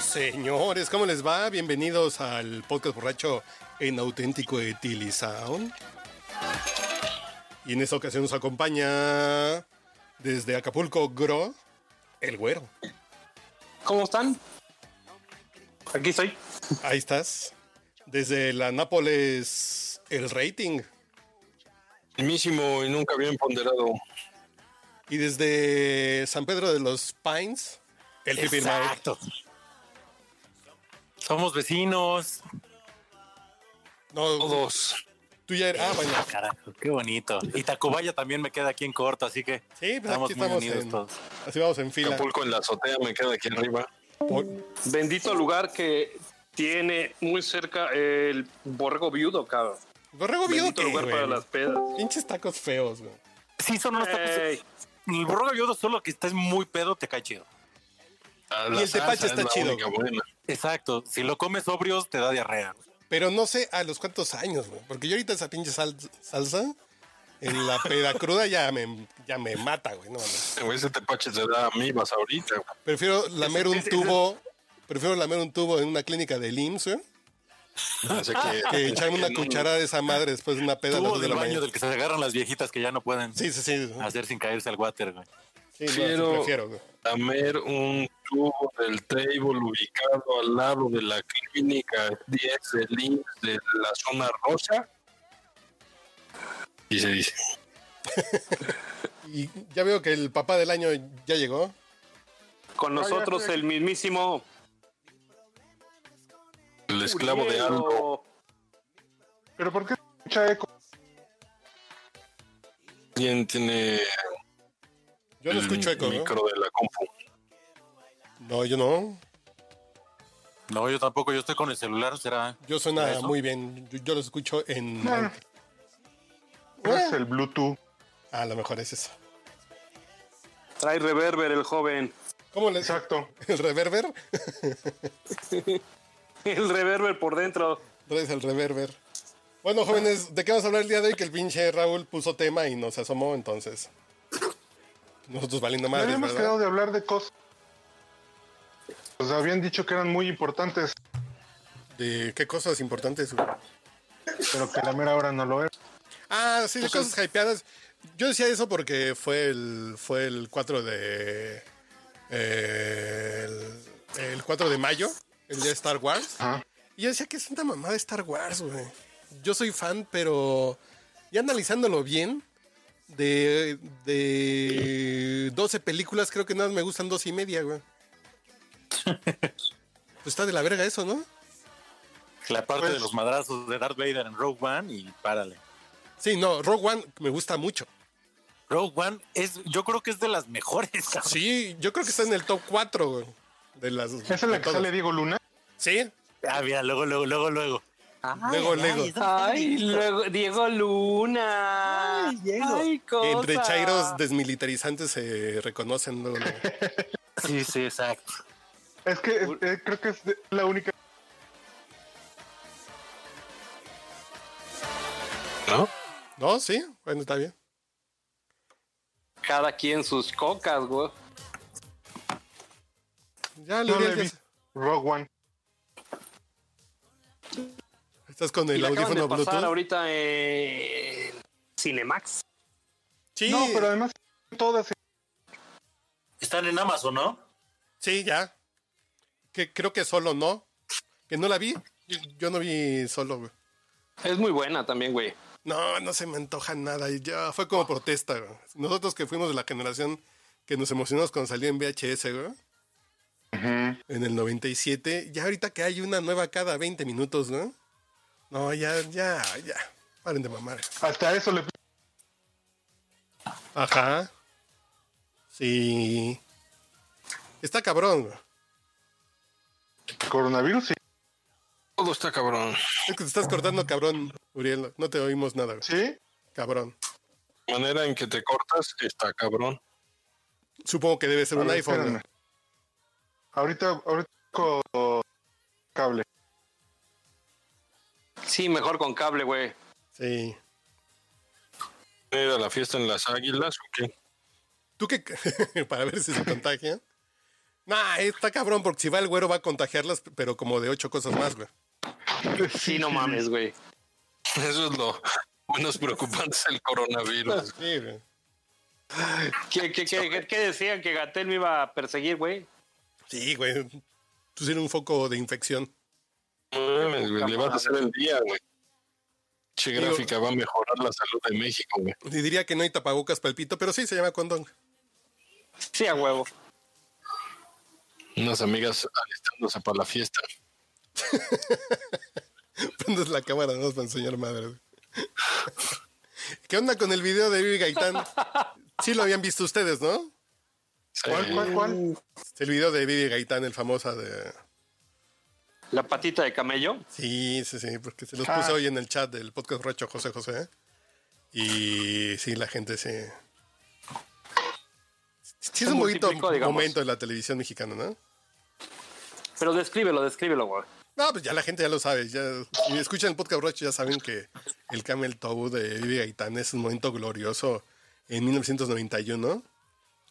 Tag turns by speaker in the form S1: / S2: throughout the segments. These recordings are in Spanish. S1: Señores, ¿cómo les va? Bienvenidos al podcast borracho en auténtico Etili Sound. Y en esta ocasión nos acompaña desde Acapulco, Gro, el güero.
S2: ¿Cómo están? Aquí estoy.
S1: Ahí estás. Desde la Nápoles, el rating.
S2: Mismísimo y nunca bien ponderado.
S1: Y desde San Pedro de los Pines, el Pipi Mao.
S3: Somos vecinos.
S1: No,
S2: Todos.
S1: tú ya eres. Ah, bueno.
S3: Carajo, qué bonito. Y Tacubaya también me queda aquí en corto, así que
S1: Sí, pues
S3: estamos
S1: aquí
S3: muy
S1: estamos
S3: unidos
S1: en-
S3: todos.
S1: Así vamos en fila.
S2: Acapulco en la azotea me queda aquí arriba.
S1: Por-
S4: Bendito lugar que tiene muy cerca el borrego viudo, cabrón.
S1: Borrego viudo
S4: Bendito
S1: que,
S4: lugar para
S1: güey.
S4: las pedas.
S1: Pinches tacos feos, güey.
S3: Sí, son unos tacos.
S4: Ey,
S3: El borrego viudo solo que estés muy pedo te cae chido.
S2: Ah, la
S1: Y el
S2: salsa
S1: tepache
S2: es
S1: está
S2: la
S1: chido.
S2: única buena.
S3: Exacto. Si lo comes sobrios te da diarrea.
S1: Pero no sé a los cuántos años, güey. Porque yo ahorita esa pinche sal- salsa en la peda cruda ya me, ya me mata, güey. No, no.
S2: Este Güey, Ese tepache te da amibas ahorita. güey.
S1: Prefiero lamer un tubo. Prefiero lamer un tubo en una clínica de IMSS, güey, Ah.
S2: Así que, eh,
S1: que echarme una
S2: en un-
S1: cucharada de esa madre después de una peda a las
S3: Tubo
S1: dos de
S3: del
S1: la
S3: baño
S1: mañana.
S3: del que se agarran las viejitas que ya no pueden
S1: Sí, sí, sí. sí, no,
S3: hacer sin caerse al water, güey.
S1: sí,
S2: Prefiero-
S1: prefiero, güey.
S2: Lamer un tubo del table ubicado al lado de la clínica 10 del IMSS de la zona rosa. Y se dice.
S1: Y ya veo que el papá del año ya llegó.
S4: con nosotros el mismísimo
S2: El esclavo de algo.
S4: Urielo.
S5: Pero ¿por qué escucha eco?
S2: ¿Quién tiene
S1: Yo no
S2: el
S1: escucho eco, ¿no?
S2: micro de la compu?
S1: No, yo no.
S3: No, yo tampoco, yo estoy con el celular, será.
S1: Yo suena
S3: ¿Eso?
S1: muy bien. Yo, yo lo escucho en. Ah.
S5: No. Es el Bluetooth.
S1: A lo mejor es eso.
S4: Trae reverber el joven.
S1: ¿Cómo le
S5: Exacto.
S1: ¿El reverber?
S4: El reverber por dentro.
S1: Traes el reverber. Bueno, jóvenes, ¿de qué vamos a hablar el día de hoy? Que el pinche Raúl puso tema y nos asomó, entonces. Nosotros valiendo
S5: Ya
S1: madres,
S5: habíamos
S1: ¿verdad?
S5: quedado de hablar de cosas. Pues habían dicho que eran muy importantes,
S1: De qué cosas importantes. güey.
S5: pero que a la mera hora no lo era.
S1: Ah, sí, de cosas hypeadas. Yo decía eso porque fue el, fue el 4 de. eh, el, el 4 de mayo, el día de Star Wars.
S5: Ajá.
S1: Y yo decía que es una mamada de Star Wars, güey. Yo soy fan, pero ya analizándolo bien, de, de 12 películas, creo que nada más me gustan dos y media, güey. Pues está de la verga eso, ¿no?
S3: La parte
S5: Pues-
S3: de los madrazos de Darth Vader en Rogue One y párale.
S1: Sí, no, Rogue One me gusta mucho.
S3: Rogue One es, yo creo que es de las mejores, cabrón.
S1: Sí, yo creo que está en el top 4, güey. De las,
S5: ¿Esa es la
S1: de
S5: que
S1: todas.
S5: sale Diego Luna?
S1: Sí,
S3: Ah, mira, luego, luego, luego, luego.
S1: Luego, luego.
S4: Ay, luego Diego Luna. Ay,
S1: entre chairos desmilitarizantes se reconocen. luego, luego.
S3: Sí, sí, exacto.
S5: Es que es- eh, creo que es de- la única.
S2: ¿No?
S1: No, sí, bueno, está bien.
S4: Cada quien sus cocas, güey.
S1: Ya,
S5: No
S1: Luriel,
S5: la he
S1: ya
S5: visto. Rogue One.
S1: se- estás con
S4: Y
S1: el
S4: la acaban
S1: audífono
S4: de pasar
S1: Bluetooth.
S4: ahorita en Cinemax.
S1: Sí,
S5: No, pero además todas.
S3: Están en Amazon, ¿no?
S1: sí, ya. Que creo que solo no. Que no la vi. Yo, yo no vi solo, güey.
S4: Es muy buena también, güey.
S1: No, no se me antoja nada. Y Ya fue como protesta, güey. Nosotros que fuimos de la generación que nos emocionamos cuando salió en VHS, güey.
S5: Ujú.
S1: en el 97. Ya ahorita que hay una nueva cada 20 minutos, ¿no? No, ya, ya, ya. Paren de mamar.
S5: Hasta eso le.
S1: Ajá. Sí. Está cabrón. güey.
S5: Coronavirus, sí.
S2: Todo está cabrón.
S1: Es que te estás cortando, cabrón, Uriel. No te oímos nada, güey.
S5: ¿Sí?
S1: cabrón.
S2: La manera en que te cortas está cabrón.
S1: Supongo que debe ser
S5: A
S1: un
S5: ver,
S1: iPhone.
S5: espérame.
S1: güey.
S5: Ahorita, ahorita con cable.
S4: Sí, mejor con cable, güey.
S1: Sí.
S2: ¿Ir a la fiesta en las águilas o qué?
S1: ¿Tú qué? Para ver si se contagia. Nah, está cabrón, porque si va el güero va a contagiarlas, pero como de ocho cosas más, güey.
S4: Sí, no mames, güey.
S2: Eso es lo menos preocupante el coronavirus.
S1: Sí, güey.
S4: ¿Qué, qué, qué- qué- qué decían que Gatel me iba a perseguir, güey?
S1: Sí, güey. Tú tienes un foco de infección.
S2: No mames, güey, Le vas a hacer el día, güey. Che
S1: Digo-
S2: gráfica va a mejorar la salud de México, güey.
S1: Y diría que no hay tapabocas palpito, pero sí se llama condón.
S4: Sí, a huevo.
S2: Unas amigas alistándose para la fiesta.
S1: Prendes la cámara, no para enseñar madre. ¿Qué onda con el video de Vivi Gaitán? Sí lo habían visto ustedes, ¿no?
S2: Sí.
S5: ¿Cuál, cuál, cuál?
S1: El video de Vivi Gaitán, el famosa de...
S4: La patita de camello.
S1: Sí, sí, sí, porque se los
S5: Ah.
S1: puse hoy en el chat del podcast Racho José José. ¿eh? Y sí, la gente se... Sí, es
S4: Se
S1: un bonito
S4: multiplicó, digamos.
S1: momento en la televisión mexicana, ¿no?
S4: Pero descríbelo, descríbelo, güey.
S1: No, pues ya la gente ya lo sabe. Ya, si escuchan el podcast borracho, ya saben que el Camel Toe de Vivi Gaitán es un momento glorioso en 1991.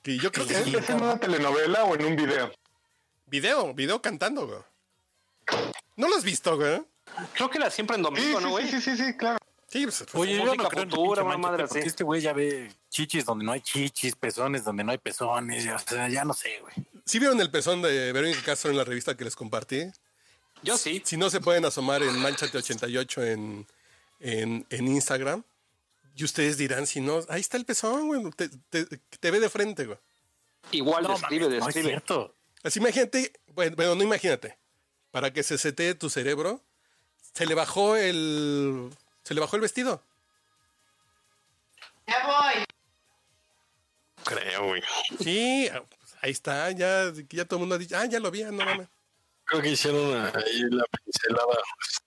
S1: Que yo creo que
S5: ¿Es,
S1: es
S5: es en una telenovela o en un video?
S1: video, video cantando, güey. ¿No lo has visto, güey?
S4: Creo que era siempre en domingo, ¿no, güey?
S5: sí, sí, sí, sí, claro.
S1: Sí, pues, pues,
S3: Oye, yo
S4: Música
S3: no creo en la
S4: futura,
S3: pinche
S4: una
S3: mancha,
S4: madre
S3: porque
S4: así.
S3: este güey ya ve chichis donde no hay chichis, pezones donde no hay pezones, ya, o sea, ya no sé, güey.
S1: ¿sí vieron el pezón de Verónica Castro en la revista que les compartí?
S4: Yo sí.
S1: Si no, se pueden asomar en Manchate88 en, en, en Instagram. Y ustedes dirán, si no, ahí está el pezón, güey. Te, te- te ve de frente, güey.
S4: Igual
S3: No,
S4: describe,
S3: mames, no es
S4: describe.
S3: cierto.
S1: Así imagínate, bueno, bueno, no imagínate, para que se setee tu cerebro, se le bajó el, se le bajó el vestido.
S6: Ya voy.
S2: Creo, güey.
S1: Sí, ah, pues, ahí está, ya, ya todo el mundo ha dicho, ah, ya lo vi, ah, no mames.
S2: Creo que hicieron ahí la pincelada pues,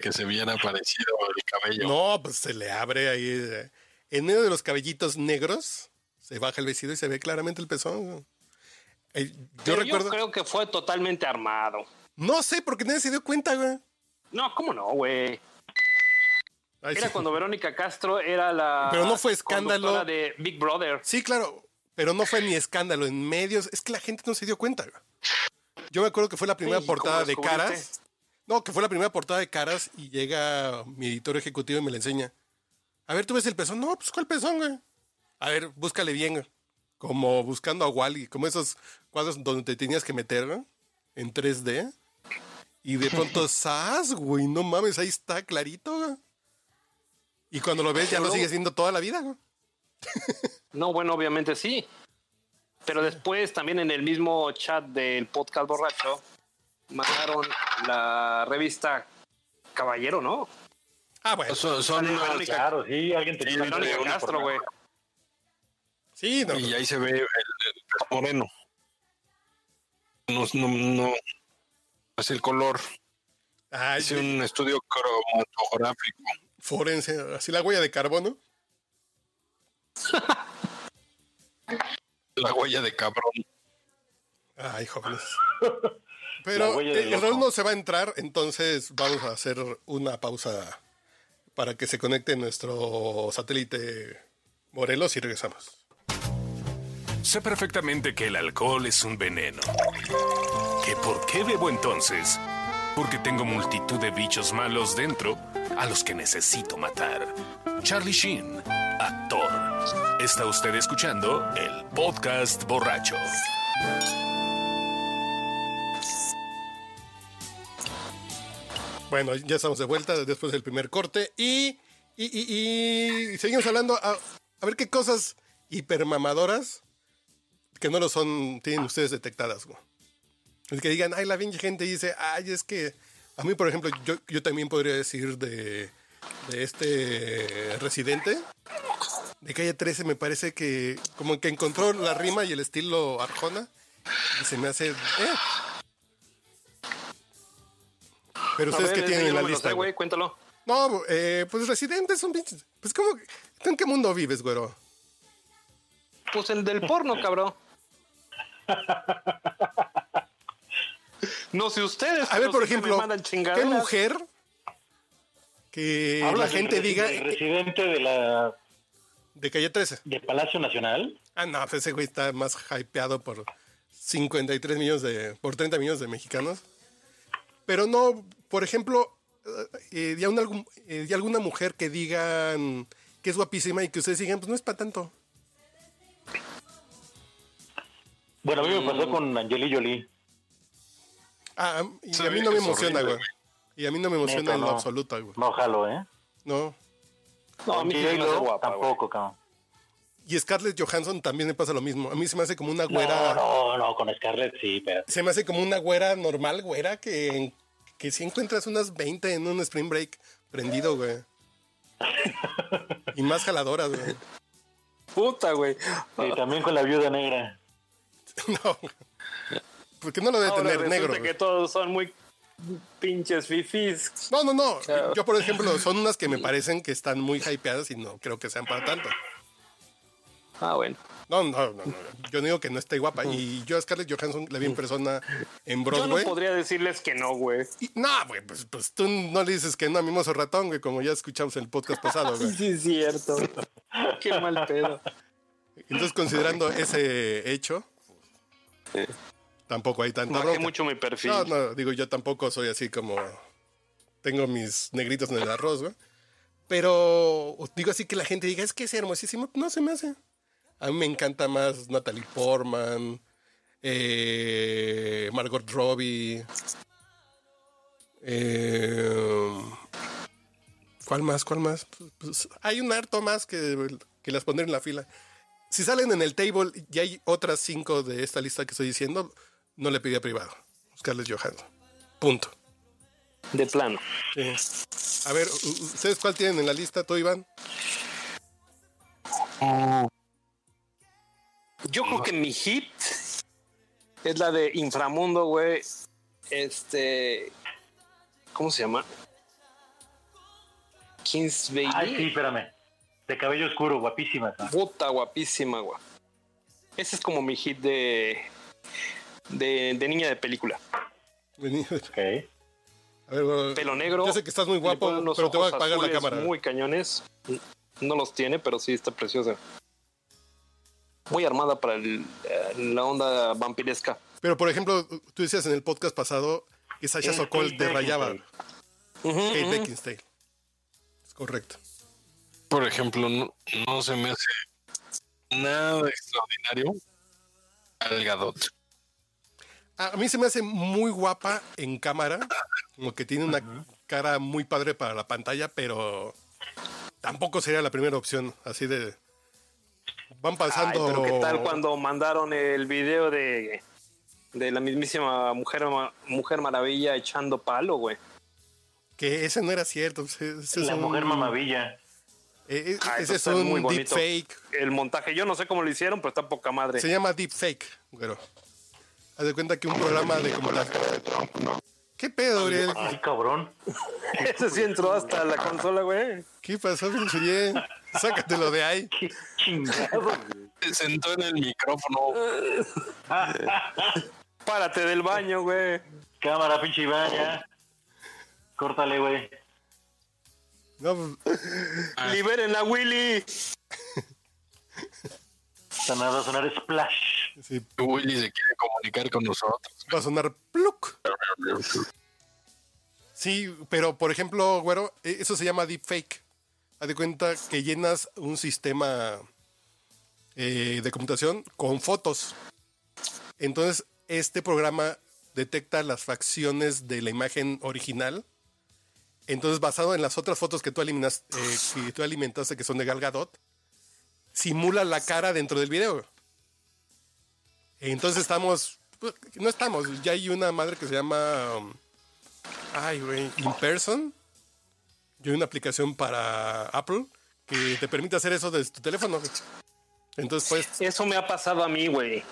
S2: que se viera parecido el cabello.
S1: No, pues se le abre ahí, eh, en medio de los cabellitos negros, se baja el vestido y se ve claramente el pezón. Eh, yo
S4: Pero
S1: recuerdo,
S4: Yo creo que fue totalmente armado.
S1: no sé, porque nadie se dio cuenta, güey.
S4: No, ¿cómo no, güey?
S1: Ay,
S4: Era
S1: sí.
S4: cuando Verónica Castro era la.
S1: Pero no fue escándalo.
S4: conductora de Big Brother.
S1: Sí, claro, pero no fue ni escándalo en medios, es que la gente no se dio cuenta. güey. Yo me acuerdo que fue la primera
S4: Sí, ¿y cómo
S1: portada de
S4: descubriste?
S1: Caras. No, que fue la primera portada de Caras y llega mi editor ejecutivo y me la enseña. A ver, ¿tú ves el pezón? No, pues ¿cuál pezón, güey? A ver, búscale bien, güey. Como buscando a Wally, como esos cuadros donde te tenías que meter, ¿no? En 3D. Y de pronto, ¡zas, güey! No mames, ahí está clarito, güey. Y cuando lo ves, ya lo
S4: Pero-
S1: sigues viendo toda la vida, güey.
S4: No, bueno, obviamente sí. Pero después también en el mismo chat del podcast borracho mandaron la revista Caballero, ¿no?
S1: Ah, bueno.
S2: Son, son
S4: Verónica-
S2: unas-
S7: Claro, sí, alguien tenía
S2: Sí,
S4: Verónica
S2: una
S4: Castro, güey.
S1: Sí, no.
S2: y ahí se ve el, el moreno. No, no, no es el color.
S1: Ay,
S2: Hice
S1: de-
S2: un estudio cromatográfico.
S1: forense, así la huella de carbono.
S2: La huella de cabrón.
S1: Ay, jóvenes. Pero eh,
S7: huella de
S1: el
S7: loco.
S1: rol no se va a entrar, entonces vamos a hacer una pausa para que se conecte nuestro satélite Morelos y regresamos.
S8: Sé perfectamente que el alcohol es un veneno. ¿Que por qué bebo entonces? Porque tengo multitud de bichos malos dentro a los que necesito matar. Charlie Sheen, actor. Está usted escuchando el podcast borracho.
S1: Bueno, ya estamos de vuelta después del primer corte y, y, y- y seguimos hablando a, a ver qué cosas hipermamadoras que no lo son, tienen ustedes detectadas. güey. Es que digan, ay, la pinche gente dice, ay, es que. A mí, por ejemplo, yo, yo también podría decir de, de este residente. De calle 13 me parece que como que encontró la rima y el estilo Arjona. Y se me hace. eh. Pero ustedes que tienen en la lista. güey?
S4: güey, cuéntalo.
S1: No, eh, pues residente es un pinche. Pues como. ¿tú ¿En qué mundo vives, güero?
S4: Pues el del porno, cabrón. No sé ustedes.
S1: A
S4: pero
S1: ver, por
S4: sí que me
S1: ejemplo,
S4: mandan
S1: ¿qué
S4: chingaderas.
S1: mujer que la
S6: Hablas del
S1: gente
S6: resi-
S1: diga
S6: del Residente de la
S1: de calle 13?
S6: de Palacio Nacional.
S1: Ah, no, pues ese güey está más hypeado por 53 millones de. por 30 millones de mexicanos. Pero no, por ejemplo, eh, de, una- eh, de alguna mujer que digan que es guapísima y que ustedes digan, pues no es para tanto.
S6: Bueno, a mí me
S3: Mm.
S6: pasó con Angeli Jolie.
S1: Ah, am- y
S2: Se
S1: a mí
S2: ve
S1: no
S2: que
S1: me
S2: es
S1: emociona,
S2: horrible,
S1: güey. Y a mí no me emociona
S6: Neta,
S1: en lo
S6: no.
S1: absoluto, güey.
S6: No jalo, ¿eh?
S1: No.
S4: No, a mí sí se me hace
S6: J-Lo
S4: guapa, güey.
S6: tampoco, cabrón.
S1: Y Scarlett Johansson también me pasa lo mismo. A mí se me hace como una güera.
S6: No, no, no, con Scarlett sí, pero.
S1: Se me hace como una güera normal, güera, que, que si encuentras unas 20 en un spring break prendido, güey. Y más jaladoras, güey.
S4: Puta, güey.
S6: Y también con la viuda negra.
S1: No. ¿Por qué no lo de
S4: Ahora
S1: tener
S4: resulta
S1: negro?
S4: que
S1: güey?
S4: todos son muy pinches fifis.
S1: No, no, no. Yo, por ejemplo, son unas que me parecen que están muy hypeadas y no creo que sean para tanto.
S4: Ah, bueno.
S1: No, no, no. no. Yo no digo que no esté guapa. Y yo a Scarlett Johansson la vi en persona en
S4: Yo no
S1: Broadway.
S4: podría decirles que no, güey.
S1: Y- No, güey, pues, pues tú no le dices que no a Mimoso Ratón, güey, como ya escuchamos en el podcast pasado, güey.
S4: Sí, es cierto. Qué mal pedo.
S1: Entonces, considerando ese hecho, tampoco hay tanta
S4: Bajé
S1: bronca.
S4: mucho mi perfil.
S1: No, no, digo, yo tampoco soy así como... Tengo mis negritos en el arroz, güey. Pero digo así que la gente diga, es que es hermosísimo. No se me hace. A mí me encanta más Natalie Portman, eh, Margot Robbie. eh, ¿Cuál más? ¿Cuál más? Pues, pues, hay un harto más que, que las pondré en la fila. Si salen en el table y hay otras cinco de esta lista que estoy diciendo, no le pedí a privado. Scarlett Johansson. Punto.
S4: De plano.
S1: Sí. A ver, u- u- ¿ustedes cuál tienen en la lista, tú, Iván?
S4: Yo creo que mi hit es la de Inframundo, güey. Este. ¿Cómo se llama? Kings
S6: Ay, sí,
S4: Baby.
S6: espérame. De cabello oscuro, guapísima. ¿no?
S4: Puta guapísima, güey. Ese es como mi hit de. De, de niña de película.
S1: Vení.
S6: Ok.
S1: A ver, bueno,
S4: Pelo negro.
S1: Yo sé que estás muy
S4: le
S1: guapo,
S4: ponen unos
S1: pero te voy a
S4: ojos
S1: apagar la
S4: azules
S1: cámara.
S4: Muy cañones. No los tiene, pero sí está preciosa. Muy armada para el- eh, la onda vampiresca.
S1: Pero, por ejemplo, tú decías en el podcast pasado que Sasha
S6: Es
S1: Sokol
S6: Kate
S1: te rayaba.
S6: Beckinsale.
S4: Ujú,
S1: Kate
S4: ujú.
S1: Beckinsale. Es correcto.
S2: Por ejemplo, no, no se me hace nada extraordinario al Gadot.
S1: A a mí se me hace muy guapa en cámara, como que tiene una cara muy padre para la pantalla, pero tampoco sería la primera opción, así de... Van
S4: Ay,
S1: pasando...
S4: pero qué tal cuando mandaron el video de, de la mismísima mujer, Ma- mujer maravilla echando palo, güey.
S1: Que ese no era cierto. ese- ese es
S6: La
S1: un-
S6: mujer mamavilla.
S1: eh, eh,
S4: Ah, eso
S1: ese es
S4: está muy
S1: un
S4: bonito.
S1: deepfake.
S4: El montaje, yo no sé cómo lo hicieron, pero está poca madre.
S1: Se llama deepfake, güero. Haz de cuenta que un programa de como la- ¿Qué pedo, Uriel?
S6: Ay, cabrón.
S4: Ese sí entró hasta la consola, güey.
S1: ¿Qué pasó, pinche Uriel? Sácatelo de ahí.
S6: Qué chingado.
S2: Se sentó en el micrófono.
S4: Párate del baño, güey.
S6: Cámara, pinche Iván, ya. Córtale, güey.
S1: No, Ah.
S4: Liberen a Willy.
S6: Sonaba a sonar splash.
S1: pues, sí,
S2: Willy se quiere comunicar con nosotros.
S1: va a sonar pluk. Sí, pero por ejemplo, güero, eh, eso se llama deepfake. Haz de cuenta que llenas un sistema eh, de computación con fotos. Entonces, este programa detecta las fracciones de la imagen original. Entonces, basado en las otras fotos que tú, eliminas, eh, que tú alimentaste, que son de Gal Gadot, simula la cara dentro del video. Entonces, estamos pues, no estamos. Ya hay una madre que se llama. um, Ay, güey. InPerson. Y una aplicación para Apple que te permite hacer eso desde tu teléfono. güey. Entonces, pues,
S4: Eso me ha pasado a mí, güey.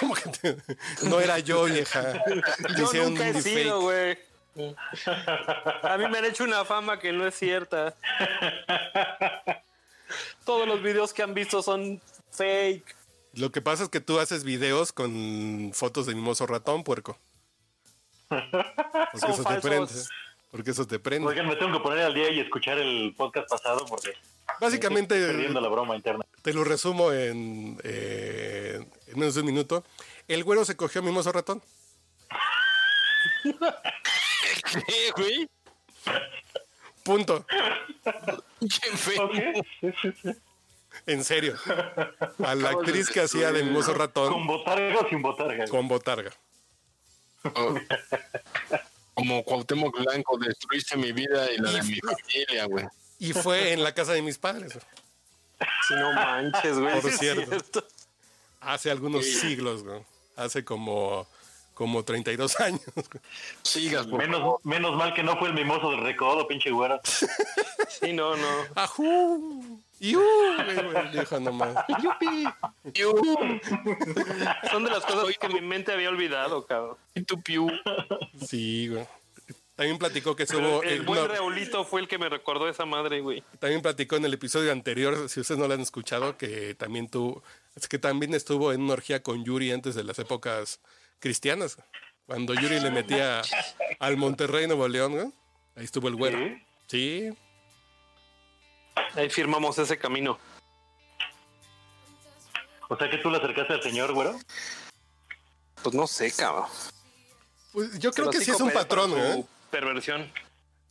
S1: ¿cómo que te- no era yo, vieja? Te
S4: Yo
S1: hicieron
S4: nunca
S1: un
S4: he
S1: deepfake.
S4: sido, güey. A mí me han hecho una fama que no es cierta. Todos los videos que han visto son fake.
S1: Lo que pasa es que tú haces videos con fotos de mimoso ratón, puerco. Porque
S4: Son
S1: eso te
S4: falsos.
S1: prende. Porque eso te prende.
S6: Oigan, me tengo que poner al día y escuchar el podcast pasado porque
S1: Básicamente,
S6: estoy perdiendo la broma interna.
S1: te lo resumo en, eh, en menos de un minuto. El güero se cogió a mimoso ratón.
S2: ¿Qué, güey?
S1: Punto.
S2: ¿Qué feo?
S1: En serio. A la
S2: Acabas de
S1: actriz que hacía de
S2: destruir-
S1: mimoso
S6: ¿Con
S1: ratón
S6: botarga o sin botarga? güey?
S1: con botarga.
S2: Como Cuauhtémoc Blanco, destruiste mi vida y la de mi familia, güey.
S1: Y fue en la casa de mis padres.
S4: Si no manches, güey.
S1: Por
S4: sí es
S1: cierto. Hace algunos siglos, güey. Hace como, como 32 años. güey.
S2: Sigas, por
S6: Menos,
S2: favor.
S6: menos mal que no fue el mimoso del recodo, pinche güero.
S4: Sí, no, no.
S1: ¡Ajú! ¡Iú! Güey, güey, vieja nomás.
S4: Yupi.
S2: Piu,
S4: Son de las cosas que mi mente había olvidado, cabrón.
S2: y tu piu.
S1: Sí, güey. También platicó que
S4: Pero
S1: estuvo.
S4: el
S1: en
S4: buen
S1: una-
S4: Raulito fue el que me recordó esa madre, güey.
S1: también platicó en el episodio anterior, si ustedes no lo han escuchado, que también tú, es que también estuvo en una orgía con Yuri antes de las épocas cristianas, cuando Yuri le metía al Monterrey Nuevo León, ¿no? ahí estuvo el güero. Sí,
S4: Ahí firmamos ese camino.
S6: O sea que tú le acercaste al señor, güero.
S4: Pues no sé, cabrón.
S1: Pues yo creo que sí es un patrón, ¿eh?
S4: Perversión.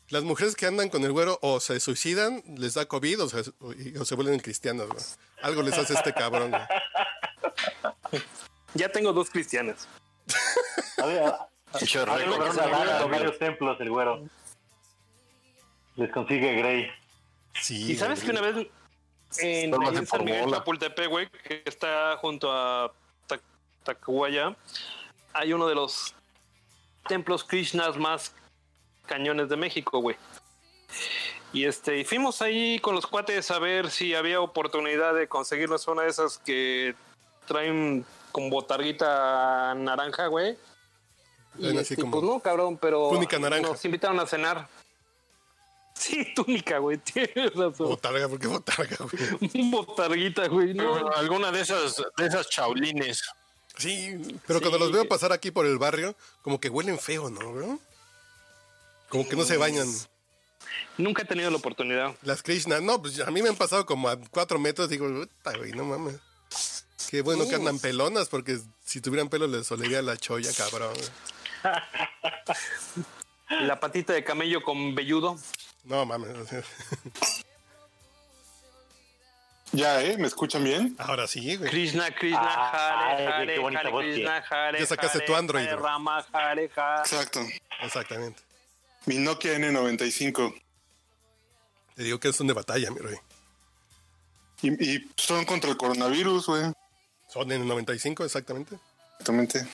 S1: Las mujeres que andan con el güero o se suicidan, les da COVID o se, o- y- o se vuelven cristianas, güey. Algo les hace este cabrón, güey.
S4: Ya tengo dos cristianas.
S6: Había,
S2: Pinche
S6: había
S2: récord.
S6: comprado una daga de varios templos el güero. Les consigue Grey.
S1: Sí.
S4: Y sabes que
S1: güey.
S4: una vez en,
S2: Sálvate
S4: ahí en
S2: por
S4: San Miguel
S2: bola.
S4: Chapultepec, güey, que está junto a Ta- Tacubaya, hay uno de los templos Krishnas más cañones de México, güey. Y este, y fuimos ahí con los cuates a ver si había oportunidad de conseguirnos una de esas que traen con botarguita naranja, güey. Y
S1: Traen así
S4: así
S1: como
S4: pues no, cabrón, pero
S1: túnica naranja.
S4: nos invitaron a cenar. Sí, túnica, güey, tienes razón.
S1: Botarga, ¿por qué botarga, güey?
S4: Botarguita, güey. No,
S2: Pero Alguna de esas, de esas chaulines.
S1: Sí, pero cuando los veo pasar aquí por el barrio, como que huelen feo, ¿no, bro? Como que no se bañan.
S4: nunca he tenido la oportunidad.
S1: Las Krishna, no, pues a mí me han pasado como a cuatro metros, digo, puta, güey, no mames. Qué bueno que andan pelonas, porque si tuvieran pelo les olería la cholla, cabrón.
S4: La patita de camello con velludo.
S1: No mames.
S5: Ya, ¿eh? ¿Me escuchan bien?
S1: Ahora sí, güey.
S4: Krishna, Krishna,
S6: Ah,
S4: Hare,
S6: ay,
S4: Hare,
S6: qué bonita
S4: Hare,
S6: voz
S4: Krishna, Hare.
S1: Ya sacaste
S4: Hare,
S1: tu Android,
S4: Hare,
S1: bro.
S4: Rama, Hare, Hare.
S5: Exacto.
S1: Exactamente.
S5: Mi Nokia N95.
S1: Te digo que es un de batalla, mi rey.
S5: Y, y son contra el coronavirus, güey.
S1: Son en el 95, exactamente.
S5: Exactamente.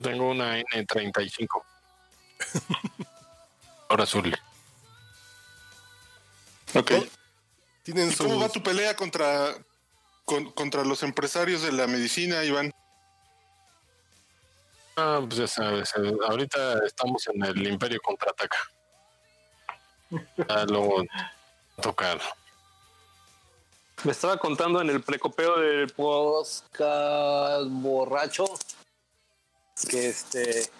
S2: Tengo una N35. Ahora azul.
S5: Ok.
S1: Tienen
S5: ¿Y
S1: su...
S5: cómo va tu pelea contra, con- contra los empresarios de la medicina, Iván?
S2: Ah, pues ya sabes, eh, ahorita estamos en el Imperio Contraataca. Ya luego tocar.
S4: Me estaba contando en el precopeo del podcast borracho que este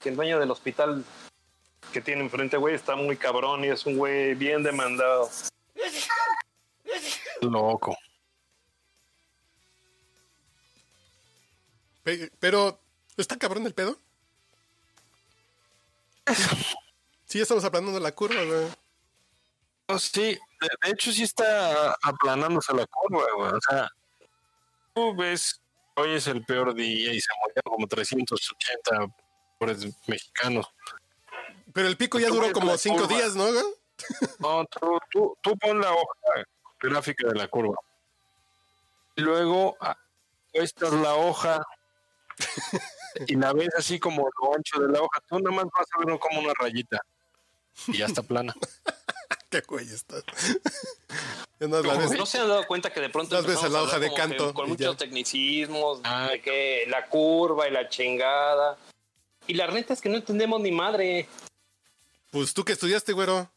S4: que el dueño del hospital que tiene enfrente, güey, está muy cabrón y es un güey bien demandado.
S2: Loco.
S1: Pe- Pero, ¿está cabrón el pedo? Sí, ya estamos hablando de la curva, güey.
S2: No, sí, de, de hecho sí está aplanándose la curva, güey. O sea, tú ves, hoy es el peor día y se murieron como 380 pobres mexicanos.
S1: Pero el pico ya
S2: Pues Tú
S1: duró
S2: ves
S1: como
S2: la
S1: cinco
S2: curva.
S1: días, ¿no? güey?
S2: No, tú, tú, tú pon la hoja gráfica de la curva. Y luego ah, cuestas la hoja y la ves así como lo ancho de la hoja. Tú nada más vas a ver como una rayita y ya está plana.
S1: Qué güey estás. Ya nada más la
S4: Pues,
S1: ves.
S4: no se han dado cuenta que de pronto
S1: Las ves
S4: empezamos
S1: en la
S4: a
S1: hoja
S4: hablar
S1: de
S4: como que
S1: canto
S4: con
S1: y ya.
S4: muchos tecnicismos
S2: Ah,
S4: de que la curva y la chingada y la neta es que no entendemos ni madre
S1: Pues tú que estudiaste, güero.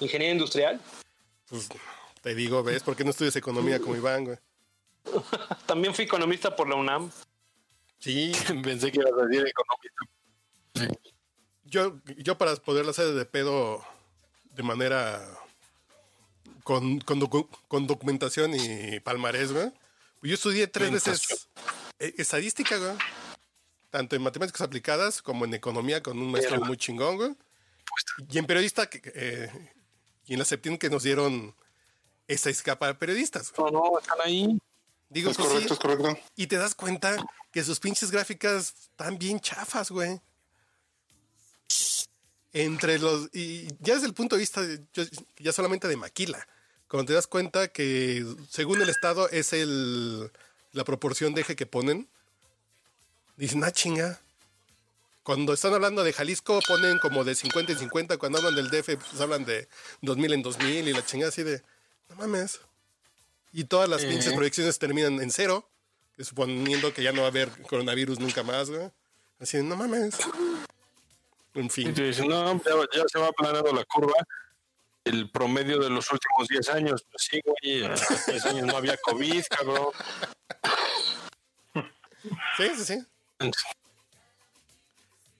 S4: ingeniería industrial
S1: Pues te digo, ¿ves? ¿Por qué no estudias economía como Iván, güey?
S4: también fui economista por la UNAM
S1: Sí,
S2: Pensé que ibas a decir economista.
S1: yo, yo para poderla hacer de pedo de manera con, con docu- con documentación y palmarés, güey. Pues yo estudié tres veces eh, estadística, güey. Tanto en matemáticas aplicadas como en economía con un maestro muy chingón, güey. Y en periodista, que- que, eh, y en la septién que nos dieron esa escapa de periodistas. güey.
S2: No, no, están ahí.
S1: Digo,
S5: Es
S1: pues, sí,
S5: correcto, es correcto.
S1: y te das cuenta que sus pinches gráficas están bien chafas, güey. Entre los. Y ya desde el punto de vista, de- yo- ya solamente de Maquila. Cuando te das cuenta que, según el Estado, es el la proporción de eje que ponen. Dicen, ah, chinga. Cuando están hablando de Jalisco, ponen como de 50 en 50. Cuando hablan del DF, pues hablan de 2000 en 2000 y la chingada así de, no mames. Y todas las pinches proyecciones terminan en cero suponiendo que ya no va a haber coronavirus nunca más, güey. Así, no mames. En
S2: Y
S1: fin,
S2: te dicen, no, ya, ya se va aplanando la curva. El promedio de los últimos 10 años. Pues sí, güey. Hace 10 años no había COVID, cabrón.
S1: sí, sí, sí.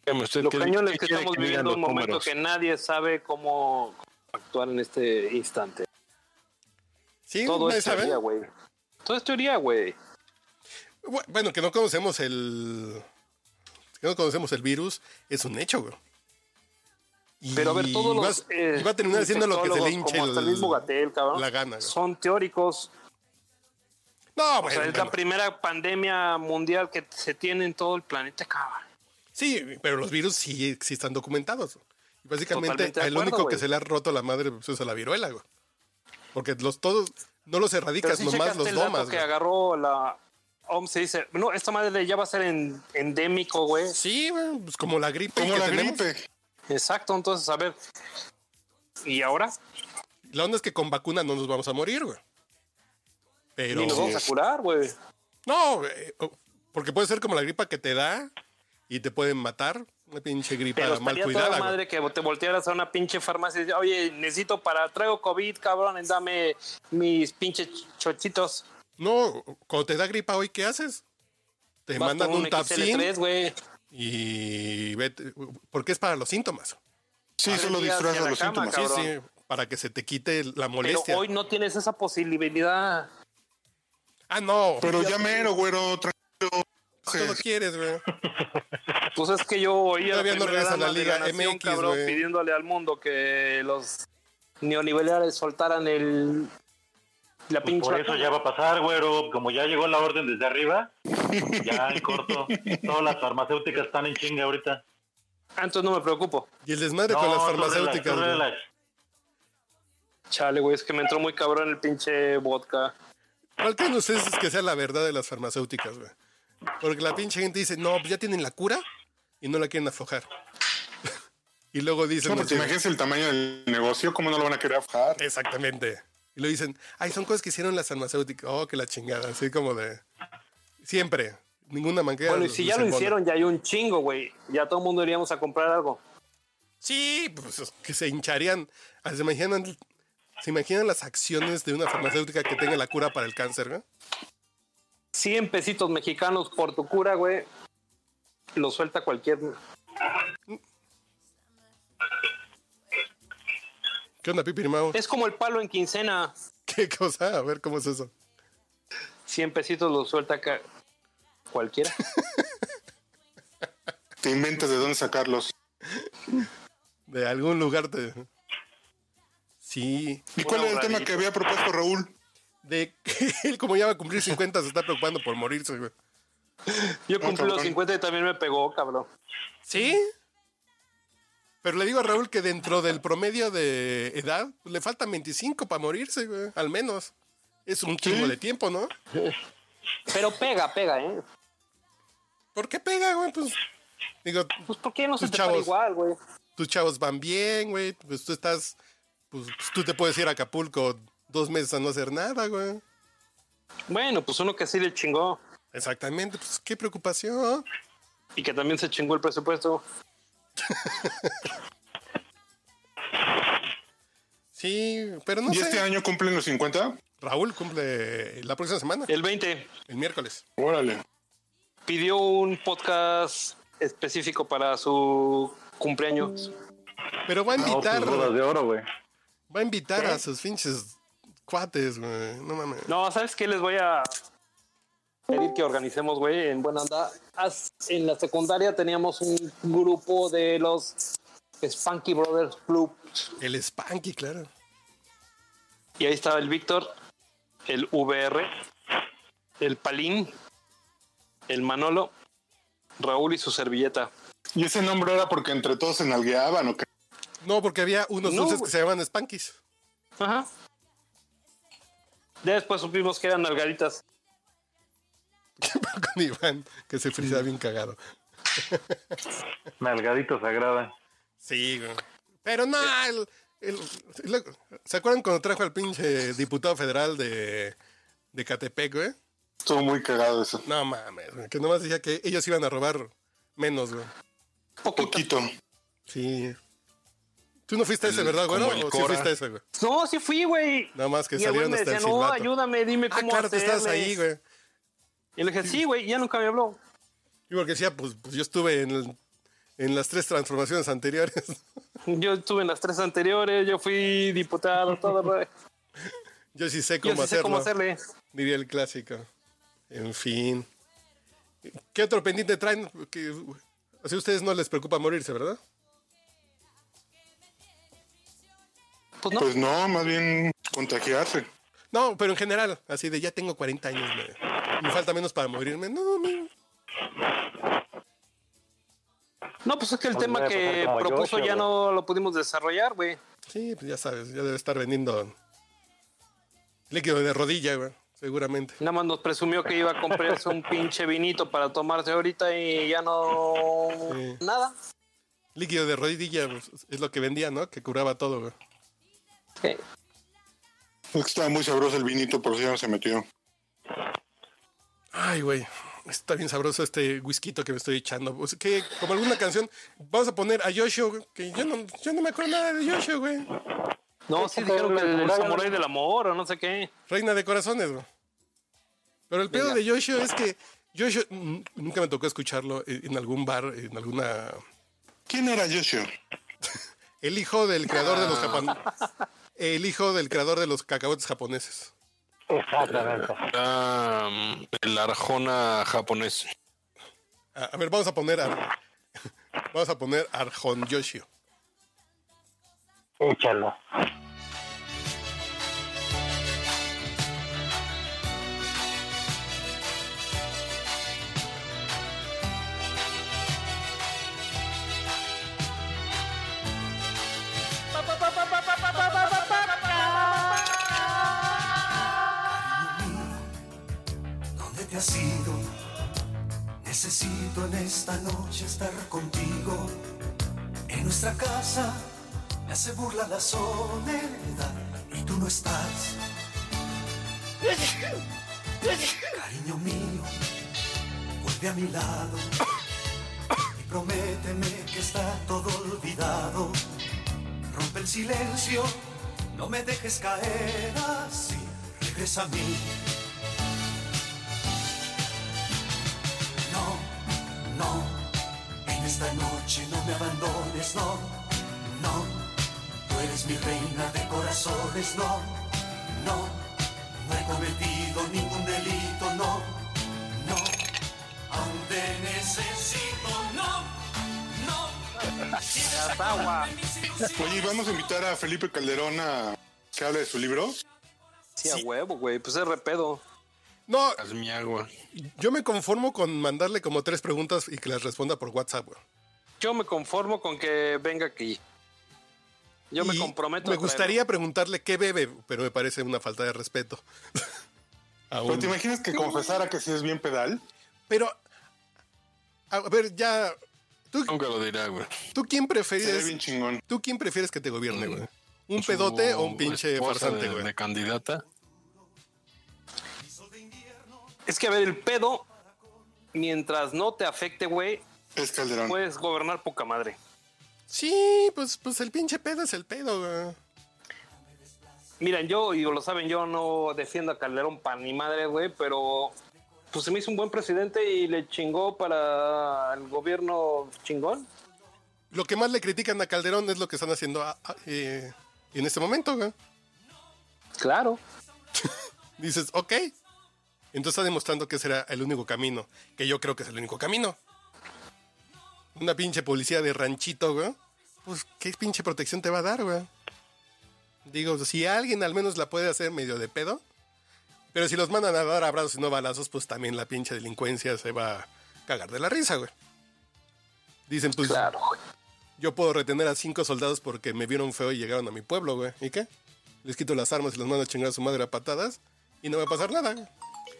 S2: Dígame usted,
S4: lo
S2: ¿qué-
S4: cañón es
S2: qué
S4: que
S2: quiere
S4: estamos
S2: digan
S4: viviendo
S2: los
S4: un momento
S2: números?
S4: que nadie sabe cómo actuar en este instante
S1: Sí,
S4: todo
S1: nadie
S4: es
S1: sabe.
S4: teoría güey todo es teoría güey
S1: Bu- Bueno, que no conocemos el. Que no conocemos el virus, es un hecho, güey. Y
S4: Pero a ver, todos
S1: va,
S4: los. eh,
S1: y va a terminar haciendo lo que se le
S4: infectólogos,
S1: hinche
S4: como hasta el mismo Gatell, cabrón,
S1: la gana, güey.
S4: Son teóricos.
S1: No,
S4: O
S1: bueno,
S4: sea, es
S1: bueno.
S4: la primera pandemia mundial que se tiene en todo el planeta, cabrón.
S1: Sí, pero los virus sí, sí están documentados. Y básicamente,
S4: Totalmente de
S1: el
S4: acuerdo,
S1: único que
S4: güey.
S1: se le ha roto la madre pues, es a la viruela, güey. Porque los todos. No los
S4: Pero
S1: erradicas,
S4: sí
S1: nomás
S4: checaste
S1: los
S4: el dato
S1: domas,
S4: que
S1: güey.
S4: agarró la OMS y dice: No, esta madre ya va a ser en- endémico, güey.
S1: Sí, güey, pues como la gripe
S5: Como
S1: que
S5: la
S1: tenemos.
S5: gripe.
S4: Exacto, entonces, a ver. ¿Y ahora?
S1: La onda es que con vacuna no nos vamos a morir, güey. Pero.
S4: Ni nos vamos a curar, güey.
S1: No, eh, oh, porque puede ser como la gripa que te da y te pueden matar. Una pinche gripa
S4: Pero
S1: mal
S4: estaría
S1: cuidada.
S4: toda
S1: güey.
S4: madre que te voltearas a una pinche farmacia y dices, oye, necesito para, traigo COVID, cabrón, dame mis pinches chochitos.
S1: No, cuando te da gripa hoy, ¿qué haces? Te
S4: Vas
S1: mandan
S4: por
S1: un tapsin
S4: XL3, güey.
S1: y vete. Porque es para los síntomas.
S5: Sí,
S4: Tres
S5: solo
S4: días y a
S5: disfraza
S4: la
S5: los
S4: cama,
S5: síntomas.
S4: cabrón.
S1: Sí, sí, para que se te quite la
S4: Pero
S1: molestia.
S4: hoy no tienes esa posibilidad.
S1: Ah, no.
S5: Pero ya mero, güero,
S1: tú lo
S5: tranquilo.
S1: quieres, güey.
S4: Pues es que yo oía
S1: Todavía no
S4: primera
S1: regresa
S4: dama
S1: la
S4: de
S1: Liga
S4: nación,
S1: MX,
S4: cabrón,
S1: güey.
S4: pidiéndole al mundo que los neoliberales soltaran el la
S6: Pues
S4: pinche
S6: por eso ya va a pasar, güero. Como ya llegó la orden desde arriba, ya en corto. Todas las farmacéuticas están en chinga ahorita.
S4: vacuna. Ah, Entonces no me preocupo.
S1: Y el desmadre
S6: No,
S1: con las
S6: tú relax,
S1: farmacéuticas.
S6: tú
S1: güey.
S6: relax.
S4: Chale, güey, es que me entró muy cabrón el pinche vodka.
S1: ¿Cuál creen ustedes que sea la verdad de las farmacéuticas, güey? Porque la pinche gente dice, no, pues ya tienen la cura y no la quieren aflojar. y luego dicen,
S5: No,
S1: así,
S5: porque imagínense el tamaño del negocio, ¿cómo no lo van a querer afjar?
S1: exactamente. Y lo dicen, ay, son cosas que hicieron las farmacéuticas. Oh, que la chingada, así como de... Siempre, ninguna manquera.
S4: Bueno, y si
S1: les
S4: ya lo
S1: embona.
S4: hicieron, ya hay un chingo, güey. Ya todo el mundo iríamos a comprar algo.
S1: Sí, pues que se hincharían. Ah, ¿Se imaginan, ¿Se imaginan las acciones de una farmacéutica que tenga la cura para el cáncer, güey?
S4: 100 pesitos mexicanos por tu cura, güey. Lo suelta cualquier.
S1: ¿Qué onda, Pipi Mau?
S4: Es como el palo en quincena.
S1: ¿Qué cosa? A ver, ¿cómo es eso?
S4: 100 pesitos lo suelta ca- cualquiera.
S5: Te inventas de dónde sacarlos.
S1: De algún lugar te... Sí,
S5: ¿Y cuál
S4: Una
S5: era el tema
S4: borradita.
S5: que había propuesto Raúl?
S1: de que él como ya va a cumplir 50 se está preocupando por morirse, güey.
S4: Yo cumplí los
S5: cabrón.
S4: 50 y también me pegó, cabrón.
S1: ¿Sí? Pero le digo a Raúl que dentro del promedio de edad pues, le faltan 25 para morirse, güey, al menos. Es un chingo de tiempo, ¿no?
S4: Pero pega, pega, ¿eh?
S1: ¿Por qué pega, güey? Pues, digo,
S4: Pues, ¿por qué no se
S1: Tus
S4: te para
S1: chavos.
S4: igual, güey?
S1: tus chavos van bien, güey. Pues tú estás. Pues, pues, tú te puedes ir a Acapulco dos meses a no hacer nada, güey.
S4: Bueno, pues uno que sí le chingó
S1: Exactamente, pues qué preocupación.
S4: y que también se chingó el presupuesto.
S1: Sí, pero no
S5: ¿Y
S1: sé.
S5: este año cumplen los 50?
S1: Raúl cumple la próxima semana,
S4: El 20
S1: el miércoles.
S5: Órale.
S4: pidió un podcast específico para su cumpleaños.
S1: Pero va a
S6: No,
S1: invitar,
S6: sus bodas de oro, güey.
S1: va a invitar a sus pinches cuates, güey. No mames.
S4: No, ¿sabes qué? Les voy a pedir que organicemos, güey, en buena onda. Haz- En la secundaria teníamos un grupo de los Spunky Brothers Club.
S1: El Spanky, claro.
S4: Y ahí estaba el Víctor, el VR, el Palín, el Manolo, Raúl y su servilleta.
S5: ¿Y ese nombre era porque entre todos se nalgueaban o qué?
S1: No, porque había unos
S4: No,
S1: dulces que
S4: güey.
S1: se llaman Spankies.
S4: Ajá. Después supimos que eran nalgaditas.
S1: Con Iván, que se frisaba bien cagado.
S6: Nalgadito eh. sagrada.
S1: Sí, güey. Pero no, el- el- el- ¿se acuerdan cuando trajo al pinche diputado federal de, de Catepec, güey?
S5: Estuvo muy cagado eso.
S1: No mames, güey, que nomás decía que ellos iban a robar menos, güey.
S5: Poquito.
S1: Sí. Tú no fuiste a ese,
S5: El-
S1: ¿verdad, güey?
S5: como el
S1: ¿O sí
S5: Cora.
S1: fuiste a ese, güey?
S4: No, sí fui, güey.
S1: Nada más que
S4: y el güey
S1: salieron
S4: me
S1: hasta
S4: decía,
S1: el
S4: no,
S1: silbato.
S4: ayúdame, dime
S1: Ah,
S4: cómo
S1: claro, tú estabas
S4: hacerle".
S1: ahí, güey.
S4: Y le dije, sí, güey, ya nunca me habló.
S1: Y porque decía, pues, pues yo estuve en, el- en las tres transformaciones anteriores.
S4: Yo estuve en las tres anteriores, yo fui diputado, todo. güey.
S1: yo sí sé
S4: Yo
S1: cómo
S4: sí sé
S1: hacerlo.
S4: cómo hacerle.
S1: Diría el clásico. En fin. ¿Qué otro pendiente traen? Que- o sea, a ustedes no les preocupa morirse, ¿verdad?
S4: Pues no,
S5: Pues no, más bien contagiarse.
S1: No, pero en general, así de ya tengo 40 años, me, me falta menos para morirme. No, no.
S4: no, pues es que el
S6: Pues voy
S4: tema
S6: a pasar
S4: que
S6: como yo,
S4: propuso ya
S6: cabrón.
S4: no lo pudimos desarrollar, güey.
S1: Sí, pues ya sabes, ya debe estar vendiendo líquido de rodilla, güey, seguramente.
S4: Nada más nos presumió que iba a comprarse un pinche vinito para tomarse ahorita y ya no...
S1: Sí.
S4: Nada.
S1: Líquido de rodilla pues, es lo que vendía, ¿no? Que curaba todo, güey.
S4: Sí.
S5: Es que estaba muy sabroso el vinito, por si ya no se metió.
S1: Ay, güey. Está bien sabroso este whisky que me estoy echando. O sea, que como alguna canción, vamos a poner a Yoshio, güey, que yo no, yo no me acuerdo nada de Yoshio, güey.
S4: No, sí dijeron que el, samurái del amor o no sé qué.
S1: Reina de corazones, güey. Pero el pedo de Yoshio es que Yoshio mm, nunca me tocó escucharlo en en algún bar, en alguna.
S5: ¿Quién era Yoshio?
S1: El hijo del creador de los japoneses. El hijo del creador de los cacahuetes japoneses.
S6: Exactamente.
S2: Era, mm, el Arjona japonés.
S1: A, a ver, vamos a poner a. Vamos a poner Arjon Yoshio.
S6: Échalo.
S7: ¿Dónde te has ido? Necesito en esta noche estar contigo. En nuestra casa me hace burla la soledad y tú no estás. Cariño mío, vuelve a mi lado y prométeme que está todo olvidado. Rompe el silencio, no me dejes caer así. Regresa a mí. No, no, en esta noche no me abandones, no, no. Tú eres mi reina de corazones, no, no. No he cometido ningún delito, no, no. Aún te necesito, no, no. Quieres acabar de mis ilusiones,
S5: Oye, ¿y vamos a invitar a Felipe Calderón a que hable de su libro.
S4: Sí, a huevo, güey. Pues es repedo.
S1: No,
S2: Hazme agua.
S1: yo me conformo con mandarle como tres preguntas y que las responda por WhatsApp, güey.
S4: Yo me conformo con que venga aquí. Yo me
S1: Y
S4: comprometo.
S1: Me
S4: a traerlo.
S1: gustaría preguntarle qué bebe, pero me parece una falta de respeto. Aún.
S5: Pero te imaginas que confesara que sí es bien pedal.
S1: Pero A ver, ya. ¿Tú,
S2: Nunca lo dirá, güey.
S1: tú quién
S5: Se ve bien Mm. Pues
S1: prefieres?
S5: chingón.
S1: ¿Tú quién prefieres que te gobierne, güey? ¿Un pedote o un
S2: Su
S1: pinche
S2: esposa
S1: farsante,
S2: de-
S1: güey?
S2: De candidata.
S4: Es que, a ver, el pedo, mientras no te afecte, güey,
S5: Es Calderón.
S4: puedes gobernar poca madre.
S1: Sí, pues, pues el pinche pedo es el pedo, güey.
S4: Miren, yo, y lo saben, yo no defiendo a Calderón para ni madre, güey, pero pues se me hizo un buen presidente y le chingó para el gobierno chingón.
S1: Lo que más le critican a Calderón es lo que están haciendo a- a- eh, en este momento, güey.
S4: Claro.
S1: Dices, ok. Entonces está demostrando que ese era el único camino. Que yo creo que es el único camino. Una pinche policía de ranchito, güey. Pues, ¿qué pinche protección te va a dar, güey? Digo, si alguien al menos la puede hacer medio de pedo. Pero si los mandan a dar abrazos y no balazos, pues también la pinche delincuencia se va a cagar de la risa, güey. Dicen, pues,
S4: Claro, güey.
S1: yo puedo retener a cinco soldados porque me vieron feo y llegaron a mi pueblo, güey. ¿Y qué? Les quito las armas y los mando a chingar a su madre a patadas y no va a pasar nada, güey.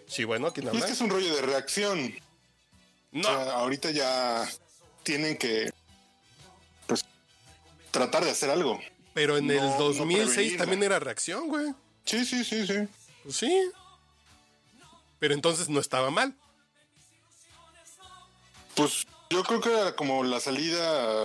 S1: Sí, bueno, ¿quién
S5: Y es
S1: habla?
S5: que es un rollo de reacción. O
S1: No,
S5: sea, ahorita ya tienen que pues tratar de hacer algo.
S1: pero en
S5: no,
S1: el
S5: no
S1: 2006
S5: prevenir,
S1: también
S5: güey.
S1: era reacción, güey.
S5: Sí, sí, sí, sí.
S1: Pues sí. Pero entonces no estaba mal.
S5: Pues yo creo que era como la salida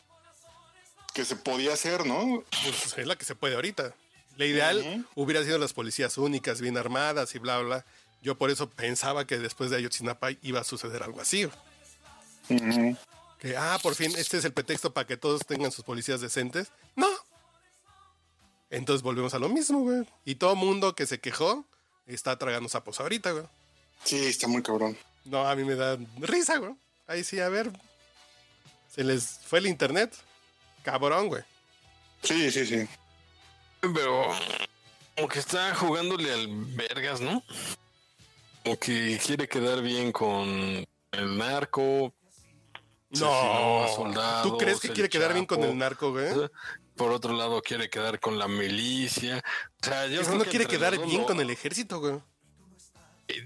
S5: que se podía hacer, ¿no?
S1: Pues es la que se puede ahorita. La ideal
S5: Ujú.
S1: hubiera sido las policías únicas, bien armadas y bla, bla. Yo por eso pensaba que después de Ayotzinapa iba a suceder algo así. güey. Que, ah, por fin, este es el pretexto para que todos tengan sus policías decentes. No. Entonces volvemos a lo mismo, güey. Y todo mundo que se quejó está tragando sapos ahorita, güey.
S5: Sí, está muy cabrón.
S1: No, a mí me da risa, güey. Ahí sí, a ver. Se les fue el internet. Cabrón, güey.
S5: Sí, sí, sí.
S2: Pero como que está jugándole al vergas, ¿no? Como que quiere quedar bien con el narco. Asesinó a soldados,
S1: ¿Tú crees que
S2: el
S1: quiere quedar bien con
S2: Chapo.
S1: el narco, güey?
S2: ¿eh? Por otro lado, quiere quedar con la milicia. O sea,
S1: Es
S2: yo
S1: que
S2: creo
S1: no
S2: que
S1: quiere
S2: entre
S1: quedar
S2: los dos
S1: bien
S2: lo-
S1: con el ejército, güey.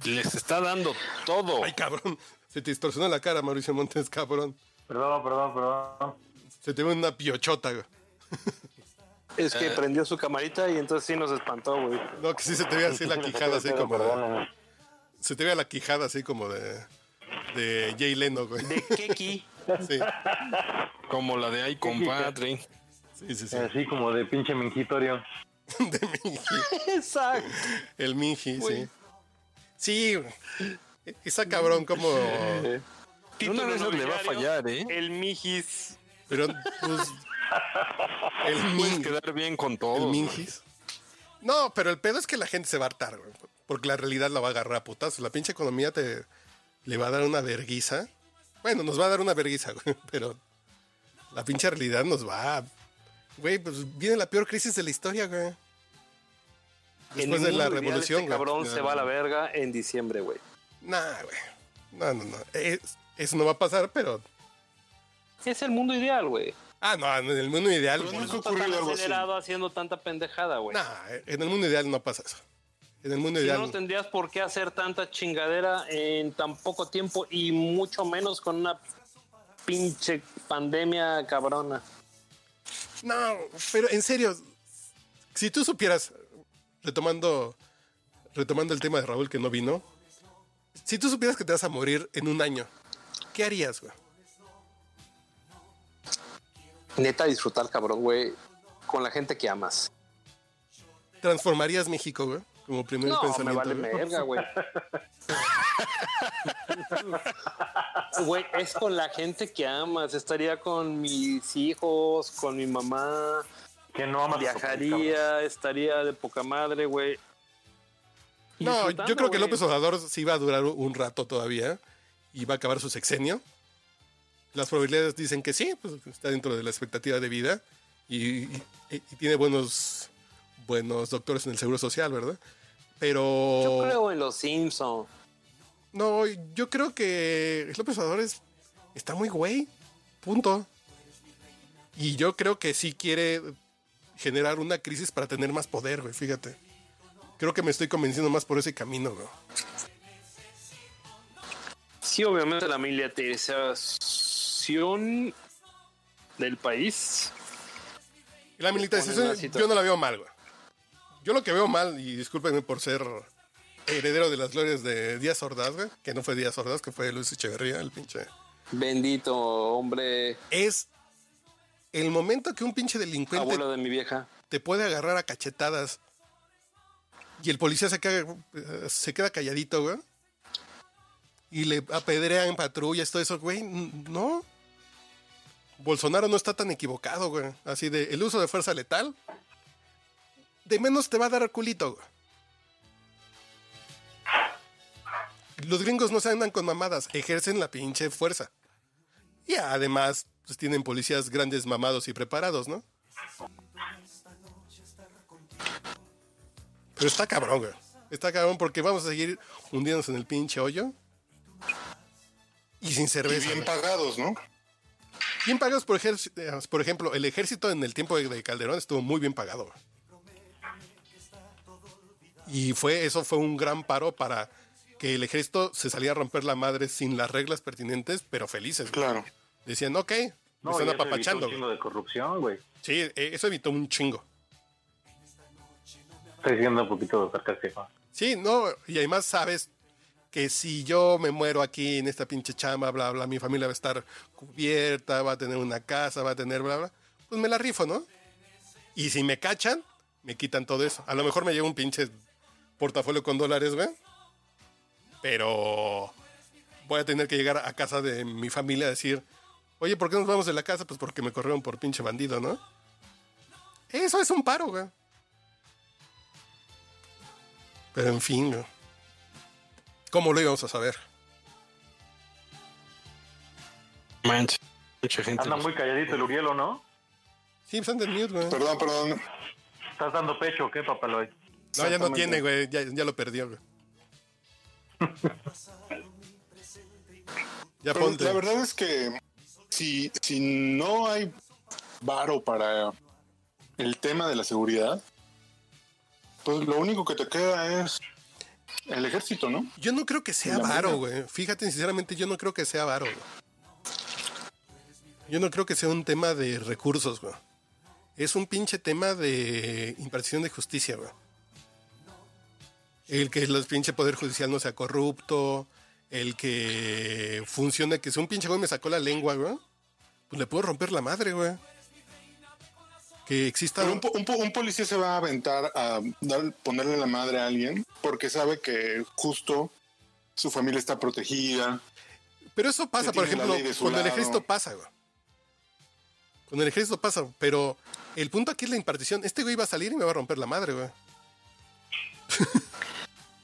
S2: Les está dando todo.
S1: Ay, cabrón. Se te distorsionó la cara, Mauricio Montes, cabrón.
S6: Perdón, perdón, perdón.
S1: Se te ve una piochota, güey.
S4: Es que prendió su camarita y entonces sí nos espantó, güey.
S1: No, que sí se te ve así la quijada, así como de,
S6: Perdónenme.
S1: Se te ve la quijada así como de. De Jay Leno, güey.
S4: De Keki.
S1: Sí,
S2: Como la de ay, compadre.
S1: sí, sí. sí.
S6: Así como de pinche mingitorio.
S1: De Minji.
S4: Exacto.
S1: El Minji, sí. Sí, güey. Está cabrón como.
S2: Una de esas le va a fallar, ¿eh?
S4: El Mijis.
S1: Pero, pues. El
S2: Puedes
S1: Minji.
S2: quedar bien con
S1: El
S2: todos. güey.
S1: Mingis. No, pero el pedo es que la gente se va a hartar, güey. Porque la realidad la va a agarrar a putazos. La pinche economía te le va a dar una verguiza. Bueno, nos va a dar una verguiza, güey. Pero la pinche realidad nos va. a- Güey, pues viene la peor crisis de la historia, güey. Después de la
S4: Este
S1: revolución, güey.
S4: cabrón se va a la verga en diciembre, güey.
S1: Nah, güey. No, no, no. Es- eso no va a pasar, pero.
S4: Es el mundo ideal, güey.
S1: Ah, no, en el mundo ideal.
S5: Pero
S1: güey.
S5: no
S4: No
S5: Nunca
S4: está
S5: ocurrió
S4: tan
S5: algo así.
S4: acelerado haciendo tanta pendejada, güey.
S1: Nah, en el mundo ideal no pasa eso. En el mundo
S4: Si
S1: ideal.
S4: no, no tendrías por qué hacer tanta chingadera en tan poco tiempo y mucho menos con una pinche pandemia cabrona.
S1: No, pero en serio, si tú supieras, retomando, retomando el tema de Raúl que no vino, si tú supieras que te vas a morir en un año, ¿qué harías, güey?
S4: Neta, disfrutar, cabrón, güey, con la gente que amas.
S1: ¿Transformarías México, güey? Como primer
S4: No, me
S1: pensamiento.
S4: vale
S1: güey.
S4: verga, güey. Güey, es con la gente que amas. Estaría con mis hijos, con mi mamá.
S6: Que no amas a tu país, cabrón.
S4: Viajaría, estaría de poca madre, güey.
S1: no,
S4: Disfrutando,
S1: yo creo que
S4: güey.
S1: López Obrador sí va a durar un rato todavía y va a acabar su sexenio. Las probabilidades dicen que sí, pues está dentro de la expectativa de vida y, y- y tiene buenos, buenos doctores en el Seguro Social, ¿verdad? Pero...
S4: Yo creo en los Simpsons.
S1: No, yo creo que López Obrador es- está muy güey. Punto. Y yo creo que sí quiere generar una crisis para tener más poder, güey. Fíjate. Creo que me estoy convenciendo más por ese camino, güey.
S4: Sí, obviamente la militerización militarización del país.
S1: La
S4: Ponen
S1: militarización
S4: una cita.
S1: yo no la veo mal, güey. Yo lo que veo mal, y discúlpenme por ser heredero de las glorias de Díaz Ordaz, güey, que no fue Díaz Ordaz, que fue Luis Echeverría, el pinche.
S4: Bendito hombre,
S1: Es el momento que un pinche delincuente
S4: abuelo de mi vieja.
S1: te puede agarrar a cachetadas y el policía se queda, eh, se queda calladito, güey. Y le apedrean patrullas, todo eso, güey. n- No. Bolsonaro no está tan equivocado, güey. Así de el uso de fuerza letal. De menos te va a dar culito, güey. Los gringos no se andan con mamadas, ejercen la pinche fuerza. Y además, pues tienen policías grandes mamados y preparados, ¿no? Pero está cabrón, güey. Está cabrón porque vamos a seguir hundiéndonos en el pinche hoyo. Y sin
S5: Y
S1: cerveza.
S5: bien
S1: güey.
S5: pagados, ¿no?
S1: Bien pagados, por, ejer- eh, por ejemplo, el ejército en el tiempo de- de Calderón estuvo muy bien pagado. Y fue, eso fue un gran paro para que el ejército se salía a romper la madre sin las reglas pertinentes, pero felices. güey.
S5: Claro.
S1: Decían, ok, me
S6: No, y
S1: están
S6: eso evitó
S1: apapachando.
S6: un chingo de corrupción, güey.
S1: güey. Sí, eh, eso evitó un chingo.
S6: Estoy siendo un poquito sarcástico.
S1: Sí, no, y además sabes que si yo me muero aquí en esta pinche chamba, bla, bla, mi familia va a estar cubierta, va a tener una casa, va a tener, bla, bla, pues me la rifo, ¿no? Y si me cachan, me quitan todo eso. A lo mejor me llevo un pinche portafolio con dólares, güey. Pero voy a tener que llegar a casa de mi familia a decir, oye, ¿por qué nos vamos de la casa? Pues porque me corrieron por pinche bandido, ¿no? Eso es un paro, güey. Pero en fin, ¿no? ¿cómo lo íbamos a saber?
S2: Manches, mucha gente.
S6: Anda muy calladito el Uriel, ¿o no?
S1: Sí, pues anda en mute, güey.
S5: Perdón, perdón.
S6: ¿Estás dando pecho o qué, papaloy?
S1: No, ya no
S5: Exactamente.
S1: tiene, güey. Ya, ya lo perdió, güey. ya
S5: Pero
S1: ponte.
S5: la verdad es que si, si no hay varo para el tema de la seguridad, pues lo único que te queda es el ejército, ¿no?
S1: Yo no creo que sea
S5: La
S1: varo,
S5: mera.
S1: güey. Fíjate, sinceramente, yo no creo que sea varo, güey. Yo no creo que sea un tema de recursos, güey. Es un pinche tema de impartición de justicia, güey. El que los pinche poder judicial no sea corrupto, el que funcione, que si un pinche güey me sacó la lengua, güey, pues le puedo romper la madre, güey. Que exista
S5: Pero un, po- un po- un policía se va a aventar a dar, ponerle la madre a alguien porque sabe que justo su familia está protegida.
S1: Pero eso pasa,
S5: que
S1: por
S5: tiene la
S1: ejemplo,
S5: ley de su
S1: con el
S5: lado.
S1: ejército pasa, güey. Con el ejército pasa, pero el punto aquí es la impartición. Este güey va a salir y me va a romper la madre, güey.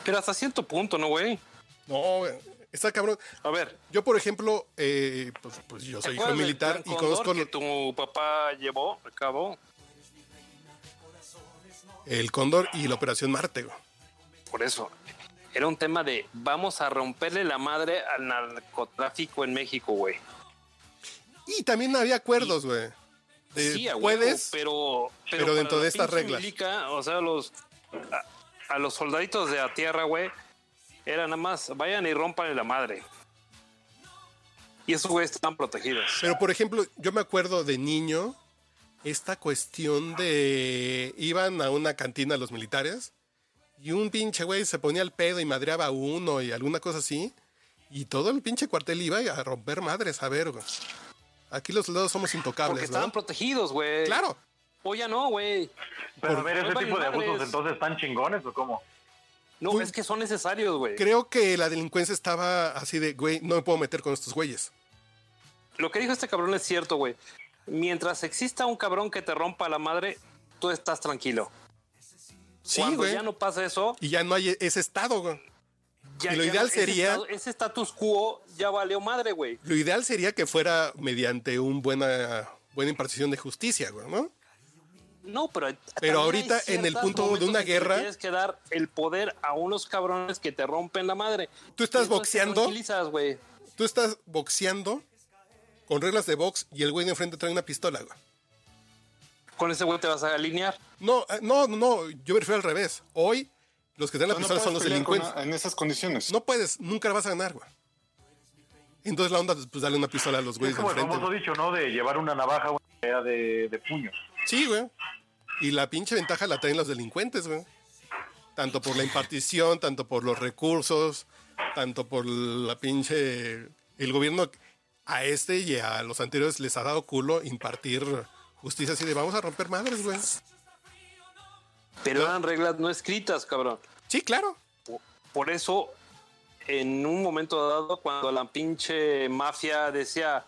S4: Pero hasta cierto punto, ¿no, güey?
S1: No, güey, está cabrón.
S4: A ver,
S1: Yo, por ejemplo, eh, pues, pues yo soy hijo
S4: ¿Recuerdas el
S1: militar y
S4: plan Cóndor
S1: conozco
S4: que tu papá llevó a cabo.
S1: el Cóndor y la Operación Marte, güey.
S4: Por eso era un tema de vamos a romperle la madre al narcotráfico en México, güey.
S1: Y también había acuerdos, güey. De,
S4: Sí, a huevo,
S1: Eh, puedes,
S4: pero,
S1: pero
S4: para
S1: dentro
S4: la
S1: de estas
S4: pinche
S1: reglas.
S4: milica, o sea, los a, a los soldaditos de la tierra, güey, era nada más vayan y rompanle la madre. Y esos güeyes están protegidos.
S1: Pero por ejemplo, yo me acuerdo de niño esta cuestión de iban a una cantina los militares y un pinche güey se ponía al pedo y madreaba a uno y alguna cosa así y todo el pinche cuartel iba a romper madres, a ver. güey. Aquí los soldados somos
S4: Porque
S1: intocables,
S4: estaban eh,
S1: ¿no?
S4: protegidos, güey.
S1: Claro.
S4: O ya no, güey.
S6: Pero a
S1: Por-
S6: ver, ¿ese
S4: Pues
S6: tipo de
S4: vale
S6: abusos
S4: madres.
S6: entonces están chingones o cómo?
S4: No,
S1: Pues-
S4: es que son necesarios, güey.
S1: Creo que la delincuencia estaba así de, güey, no me puedo meter con estos güeyes.
S4: Lo que dijo este cabrón es cierto, güey. Mientras exista un cabrón que te rompa la madre, tú estás tranquilo.
S1: Sí,
S4: Cuando
S1: güey.
S4: ya no pasa eso,
S1: Y ya no hay ese estado, güey.
S4: ya,
S1: Y lo
S4: ya
S1: ideal
S4: ese
S1: sería-
S4: estado- ese status quo ya valió madre, güey.
S1: Lo ideal sería que fuera mediante un buena buena impartición de justicia, güey, ¿no?
S4: No, pero
S1: Pero
S4: también hay
S1: ahorita en el
S4: ciertos
S1: punto de
S4: momentos
S1: una
S4: en que
S1: guerra-
S4: tienes que dar el poder a unos cabrones que te rompen la madre.
S1: Tú estás
S4: Y entonces
S1: boxeando.
S4: te tranquilizas, güey.
S1: Tú estás boxeando con reglas de box y el güey de enfrente trae una pistola, güey.
S4: Con ese güey te vas a alinear.
S1: No, eh, no, no, no, yo prefiero al revés. Hoy los que traen la
S5: No, no
S1: pistola pues son
S5: puedes
S1: los
S5: pelear con
S1: delincuentes.
S5: una- en esas condiciones.
S1: No puedes, nunca la vas a ganar, güey. Entonces la onda, pues dale una pistola a los güeyes
S6: Es
S1: del
S6: como el
S1: frente.
S6: famoso
S1: güey.
S6: dicho, ¿no? De llevar una navaja una idea de, de puño.
S1: Sí, güey. Y la pinche ventaja la traen los delincuentes, güey. Tanto por la impartición, tanto por los recursos, tanto por la pinche. El gobierno a este y a los anteriores les ha dado culo impartir justicia así de vamos a romper madres, güey.
S4: Pero eran reglas no escritas, cabrón.
S1: Sí, claro.
S4: Por eso, en un momento dado, cuando la pinche mafia decía,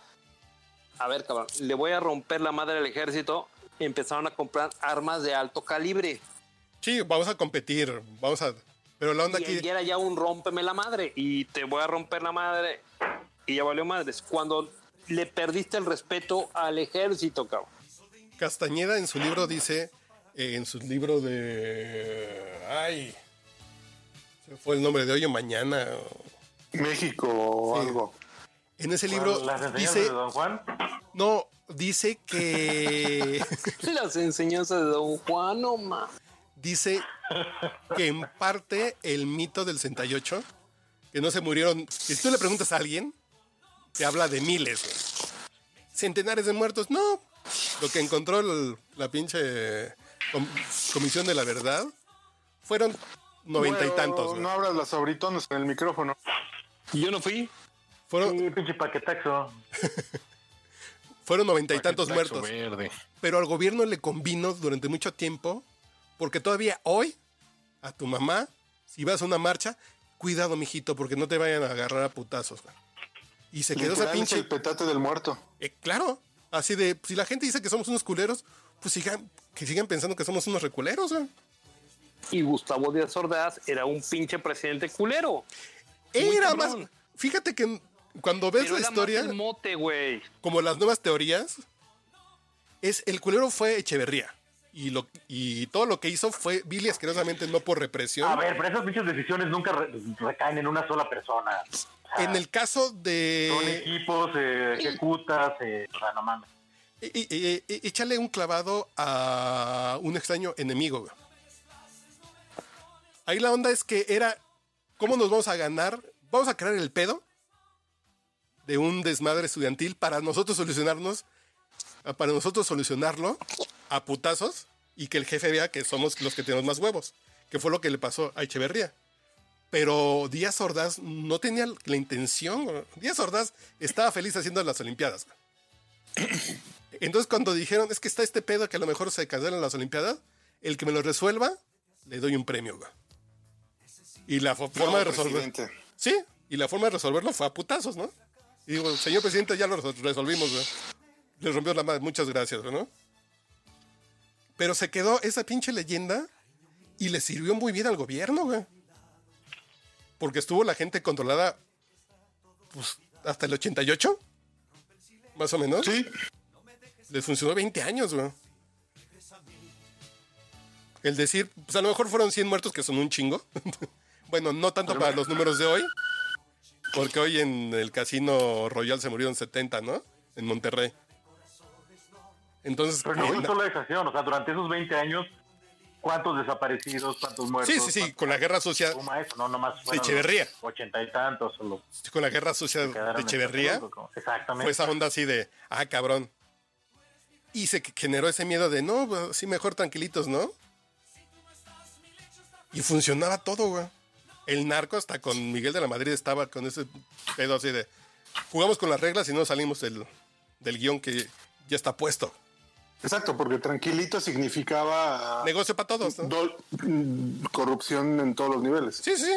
S4: a ver, cabrón, le voy a romper la madre al ejército, empezaron a comprar armas de alto calibre.
S1: Sí, vamos a competir, vamos a. Pero la onda
S4: Y,
S1: aquí.
S4: y era ya un rómpeme la madre y te voy a romper la madre y ya valió madres. Cuando le perdiste el respeto al ejército, cabrón.
S1: Castañeda en su libro dice, eh, en su libro de... Ay, se fue el nombre de hoy o mañana.
S5: México o
S1: Sí.
S5: algo.
S1: En ese libro
S6: Las enseñanzas
S1: dice...
S6: de Don Juan.
S1: No, dice que...
S4: Las enseñanzas de Don Juan, no ma.
S1: dice que en parte el mito del 68, que no se murieron... Si tú le preguntas a alguien, te habla de miles. güey. Centenares de muertos. No. Lo que encontró el- la pinche com- Comisión de la Verdad fueron noventa y
S5: Bueno,
S1: tantos. güey.
S5: No abras las abritones en el micrófono.
S4: Yo no fui.
S1: Fueron,
S6: Sí, pinche paquetaxo.
S1: fueron noventa y tantos
S2: Paquetaxo
S1: muertos.
S2: Verde.
S1: Pero al gobierno le convino durante mucho tiempo, porque todavía hoy, a tu mamá, si vas a una marcha, cuidado, mijito, porque no te vayan a agarrar a putazos. güey. Y se quedó esa
S5: Literal, es
S1: pinche.
S5: el petate del muerto.
S1: eh, claro, así de, pues, si la gente dice que somos unos culeros, pues sigan, que sigan pensando que somos unos reculeros. güey.
S4: Y Gustavo Díaz Ordaz era un pinche presidente culero. Muy
S1: Era más.
S4: cabrón.
S1: Fíjate que cuando ves
S4: Pero
S1: la
S4: era
S1: historia.
S4: más el mote, güey.
S1: como las nuevas teorías, es el culero fue Echeverría. Y, lo, y todo lo que hizo fue vil y asquerosamente no por represión.
S6: A ver, pero esas pinches decisiones nunca re- recaen en una sola persona.
S1: en el caso
S6: Son
S1: de...
S6: equipos, se ejecuta, se... O sea, no mames.
S1: e- e- e- Échale un clavado a un extraño enemigo. güey. Ahí la onda es que era... ¿Cómo nos vamos a ganar? Vamos a crear el pedo de un desmadre estudiantil para nosotros solucionarnos, ah, para nosotros solucionarlo a putazos y que el jefe vea que somos los que tenemos más huevos, que fue lo que le pasó a Echeverría. Pero Díaz Ordaz no tenía la intención. güey. Díaz Ordaz estaba feliz haciendo las Olimpiadas. güey. Entonces cuando dijeron, es que está este pedo que a lo mejor se cancelan las Olimpiadas, el que me lo resuelva, le doy un premio. güey". Y la fo- forma
S5: No,
S1: de resolver...
S5: presidente.
S1: Sí, y la forma de resolverlo fue a putazos, ¿no? Y digo, señor presidente, ya lo resol- resolvimos, güey. Les rompió la madre, muchas gracias, güey, ¿no? Pero se quedó esa pinche leyenda y le sirvió muy bien al gobierno, güey. Porque estuvo la gente controlada pues, hasta el 88, más o menos.
S5: Sí,
S1: Les funcionó 20 años, güey. El decir, pues a lo mejor fueron 100 muertos, que son un chingo. bueno, no tanto para los números de hoy, porque hoy en el casino Royal se murieron 70, ¿no? En Monterrey. Entonces,
S6: Pero no
S1: eh,
S6: fue
S1: na-
S6: solo esa acción, o sea, durante esos 20 años, ¿cuántos desaparecidos, cuántos muertos?
S1: sí, sí, sí, con la guerra sucia,
S6: ¿Cómo eso? No, nomás fueron
S1: Echeverría.
S6: los Ochenta y tantos o los
S1: con la guerra sucia
S6: que quedaron
S1: de
S6: en
S1: Echeverría, Pues
S6: Acapulco. Exactamente.
S1: fue esa onda así de, ah, cabrón. Y se generó ese miedo de, no, pues, sí, mejor tranquilitos, ¿no? Y funcionaba todo, güey. El narco hasta con Miguel de la Madrid estaba con ese pedo así de, jugamos con las reglas y no salimos del, del guión que ya está puesto.
S5: exacto, porque tranquilito
S6: Ah.
S5: significaba
S1: Negocio para todos, ¿no?
S5: dol- mm, corrupción en todos los niveles.
S1: Sí, sí.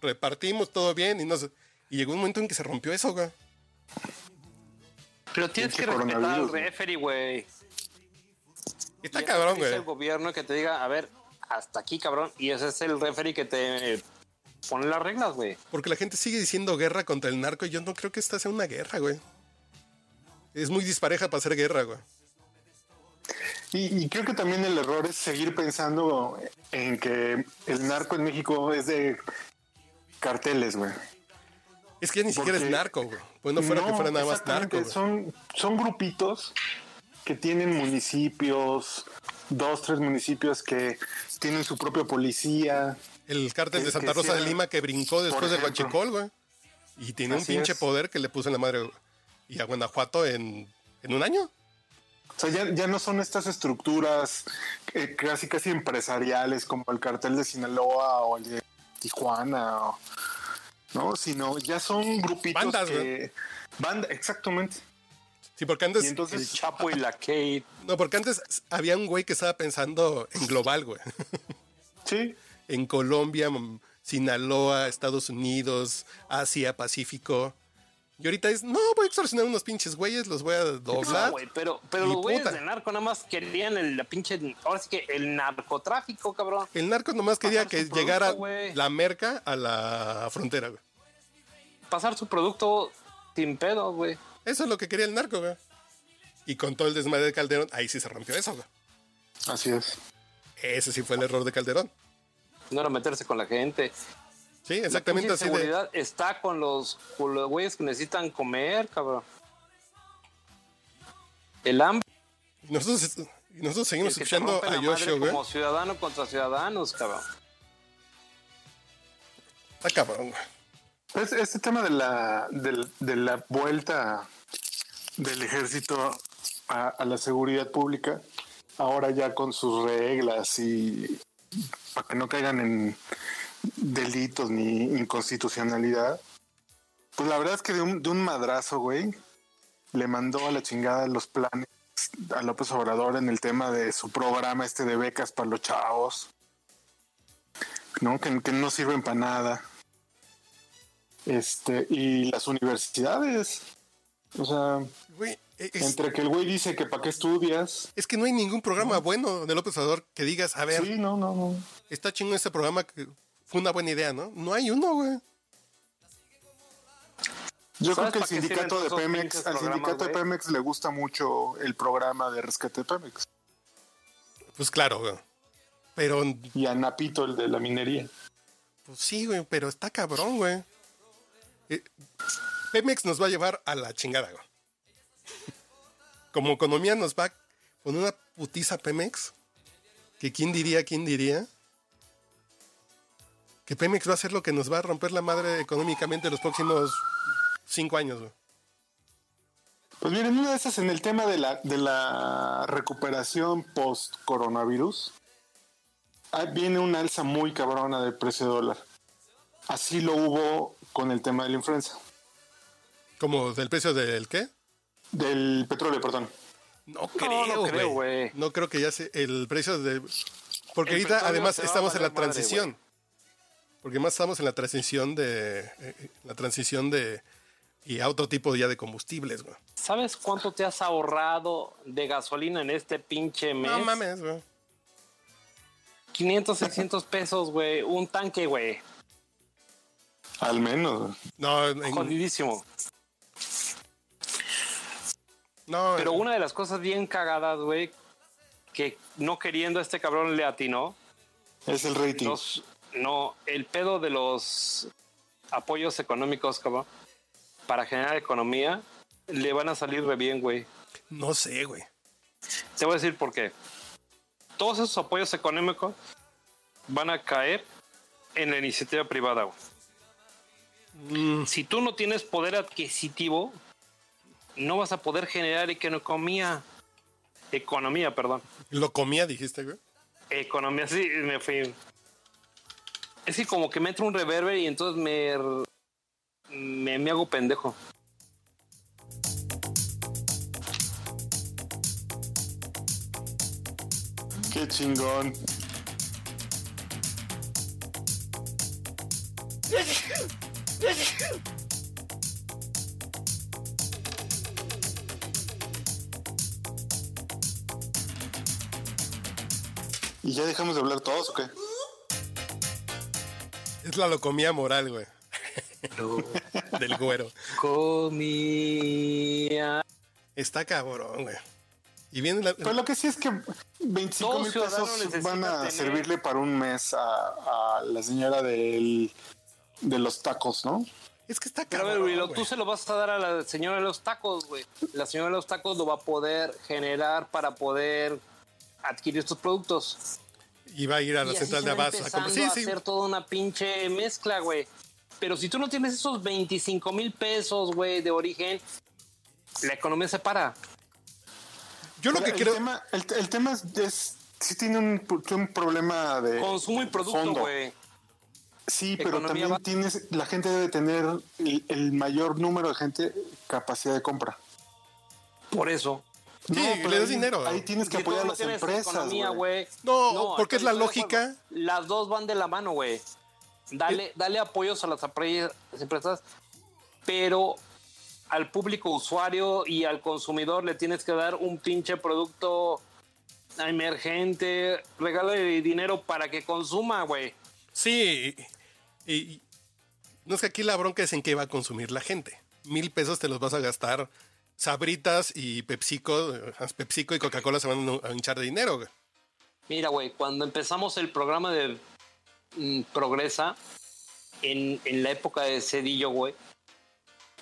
S1: Repartimos todo bien y no se- Y llegó un momento en que se rompió eso, güey.
S4: Pero tienes
S5: Pinche
S4: que respetar al
S5: coronavirus, güey.
S4: referee, güey.
S1: Está
S4: Y
S1: cabrón,
S4: es
S1: güey.
S4: el gobierno que te diga, a ver, hasta aquí, cabrón. Y ese es el referee que te eh, pone las reglas, güey.
S1: Porque la gente sigue diciendo guerra contra el narco y yo no creo que esta sea una guerra, güey. Es muy dispareja para hacer guerra, güey.
S5: Y, y creo que también el error es seguir pensando en que el narco en México es de carteles, güey.
S1: Es que ya ni siquiera es
S5: Porque-
S1: narco, güey. Pues no fuera que fuera nada más
S5: exactamente,
S1: narco, güey.
S5: Son, son grupitos que tienen municipios, dos, tres municipios que tienen su propia policía.
S1: El cártel
S5: que-
S1: de Santa
S5: que
S1: Rosa de
S5: sea-
S1: Lima que brincó después del
S5: ejemplo.
S1: Huachicol, güey. Y tiene un
S5: Así
S1: pinche
S5: es.
S1: poder que le puso en la madre y a Guanajuato en, en un año.
S5: O sea, ya, ya no son estas estructuras eh, casi casi empresariales como el cartel de Sinaloa o el de Tijuana, o- ¿no? Sino ya son grupitos
S1: Bandas,
S5: que... Banda, exactamente.
S1: Sí, porque
S5: y
S1: antes.
S5: entonces...
S2: Pues, El Chapo y la Kate.
S1: No, porque antes había un güey que estaba pensando en global, güey.
S5: Sí,
S1: En Colombia, mm, Sinaloa, Estados Unidos, Asia, Pacífico. Y ahorita es, no, voy a extorsionar unos pinches güeyes, los voy a
S4: No,
S1: doblar.
S4: güey, pero, pero
S1: Ni
S4: los güeyes
S1: puta.
S4: del narco nada más querían el, la pinche. Ahora sí que el narcotráfico, cabrón.
S1: El narco nomás quería
S4: Bajar su
S1: que
S4: producto,
S1: llegara
S4: güey.
S1: la merca a la frontera, güey.
S4: Pasar su producto sin pedo, güey.
S1: Eso es lo que quería el narco, güey. Y con todo el desmadre de Calderón, ahí sí se rompió eso, güey.
S5: así es.
S1: Ese sí fue el error de Calderón.
S4: No era meterse con la gente.
S1: Sí, exactamente
S4: La
S1: así
S4: pinche
S1: de.
S4: seguridad está con los, con los güeyes que necesitan comer, cabrón. El hambre.
S1: y Nosotros, y nosotros seguimos
S4: el que te
S1: escuchando
S4: rompe la
S1: a
S4: madre
S1: Yoshio, güey.
S4: Como ciudadano contra ciudadanos, cabrón.
S1: Está Ah, cabrón, güey.
S5: Pues, este tema de la, del- de la vuelta del ejército a, a la seguridad pública, ahora ya con sus reglas y para que no caigan en delitos ni inconstitucionalidad, pues la verdad es que de un, de un madrazo, güey, le mandó a la chingada los planes a López Obrador en el tema de su programa este de becas para los chavos, ¿no? Que, que no sirven para nada este y las universidades. O sea,
S1: Güey, e, es-
S5: entre que el güey dice que para qué estudias.
S1: Es que no hay ningún programa bueno de López Obrador que digas, a ver,
S5: Sí, no, no, no.
S1: está chingón este programa que fue una buena idea, ¿no? No hay uno, güey.
S5: Yo creo
S4: ¿Sabes
S5: que el
S4: para qué sirven
S5: sindicato de
S4: esos
S5: Pemex,
S4: pinches
S5: al
S4: programas,
S5: sindicato de
S4: güey?
S5: Pemex le gusta mucho el programa de rescate de Pemex
S1: Pues claro, güey. Pero,
S5: y a Napito el de la minería.
S1: pues sí, güey, pero está cabrón, güey. Eh, Pemex nos va a llevar a la chingada, güey. Como economía nos va a poner una putiza Pemex. Que quién diría, quién diría. Que Pemex va a ser lo que nos va a romper la madre económicamente los próximos cinco años, güey.
S5: Pues miren, una de esas en el tema de la, de la recuperación post coronavirus, ah, viene una alza muy cabrona del precio de dólar. Así lo hubo con el tema de la influenza,
S1: ¿Como del precio del qué?
S5: del petróleo, perdón.
S1: No creo,
S4: no creo, güey.
S1: No creo que ya se, el precio de... Porque
S4: El
S1: ahorita
S4: petróleo
S1: además
S4: te va a
S1: estamos en la
S4: valer madre,
S1: transición. porque más estamos en la transición de... eh, la transición de... Y a otro tipo ya de combustibles, güey.
S4: ¿Sabes cuánto te has ahorrado de gasolina en este pinche mes?
S1: No mames, güey.
S4: 500, 600 pesos, güey. Un tanque, güey.
S5: Al menos.
S1: No, en-
S4: Jodidísimo.
S1: no,
S4: Pero
S1: eh,
S4: una de las cosas bien cagadas, güey, que no queriendo este cabrón le atinó,
S5: Es el rating.
S4: los- no, el pedo de los apoyos económicos, cabrón, para generar economía, le van a salir re bien, güey.
S1: no sé, güey.
S4: Te voy a decir por qué. Todos esos apoyos económicos van a caer en la iniciativa privada, güey.
S1: Mm,
S4: si tú no tienes poder adquisitivo, no vas a poder generar economía. Economía, perdón.
S1: lo comía, dijiste, güey.
S4: Economía, sí, me fui. Es que como que me entra un reverber y entonces me, me, me hago pendejo.
S5: Qué chingón. ¿Y ya dejamos de hablar todos o qué?
S1: Es la locomía moral, güey. del güero.
S4: Comía.
S1: Está cabrón, güey. Y viene la...
S5: Pero Pues lo que sí es que 25
S4: Todo
S5: mil
S4: ciudadano
S5: pesos
S4: necesita
S5: van a
S4: tener-
S5: servirle para un mes a, a la señora del, de los tacos, ¿no?
S1: Es que está
S4: Pero a
S1: cabrón,
S4: ver, Rilo,
S1: güey.
S4: tú se lo vas a dar a la señora de los tacos, güey. La señora de los tacos lo va a poder generar para poder adquirir estos productos.
S1: Y va a ir a la
S4: Y así
S1: central
S4: se
S1: de
S4: va
S1: Abasa. Como,
S4: empezando
S1: sí,
S4: a
S1: sí,
S4: hacer toda una pinche mezcla, güey. Pero si tú no tienes esos 25 mil pesos, güey, de origen, la economía se para.
S1: Yo lo que
S5: el
S1: creo.
S5: Tema, el, el tema es, es- sí tiene un, un problema
S4: Eh,
S5: de
S4: Consumo y
S5: de
S4: producto,
S5: fondo.
S4: güey.
S5: Sí, pero
S4: Economía
S5: también
S4: va-
S5: tienes, la gente debe tener el, el mayor número de gente capacidad de compra.
S4: Por eso.
S5: No,
S1: le
S5: pero
S1: das
S5: ahí-
S1: dinero.
S5: Ahí tienes que
S4: Si tú
S5: apoyar a
S4: no
S5: las
S4: tienes
S5: empresas.
S4: economía,
S5: güey.
S4: güey.
S1: No, porque es la
S4: estoy de acuerdo.
S1: lógica.
S4: Las dos van de la mano, güey. Dale,
S5: Eh.
S4: dale apoyos a las apre- las empresas, pero al público usuario y al consumidor le tienes que dar un pinche producto emergente. Regálale dinero para que consuma, güey.
S1: Sí. Y, y- no es que aquí la bronca es en qué va a consumir la gente. Mil pesos te los vas a gastar. Sabritas y PepsiCo, eh, PepsiCo y Coca-Cola se van a hinchar de dinero. güey.
S4: Mira, güey, cuando empezamos el programa de mm, Progresa, en, en la época de Cedillo, güey,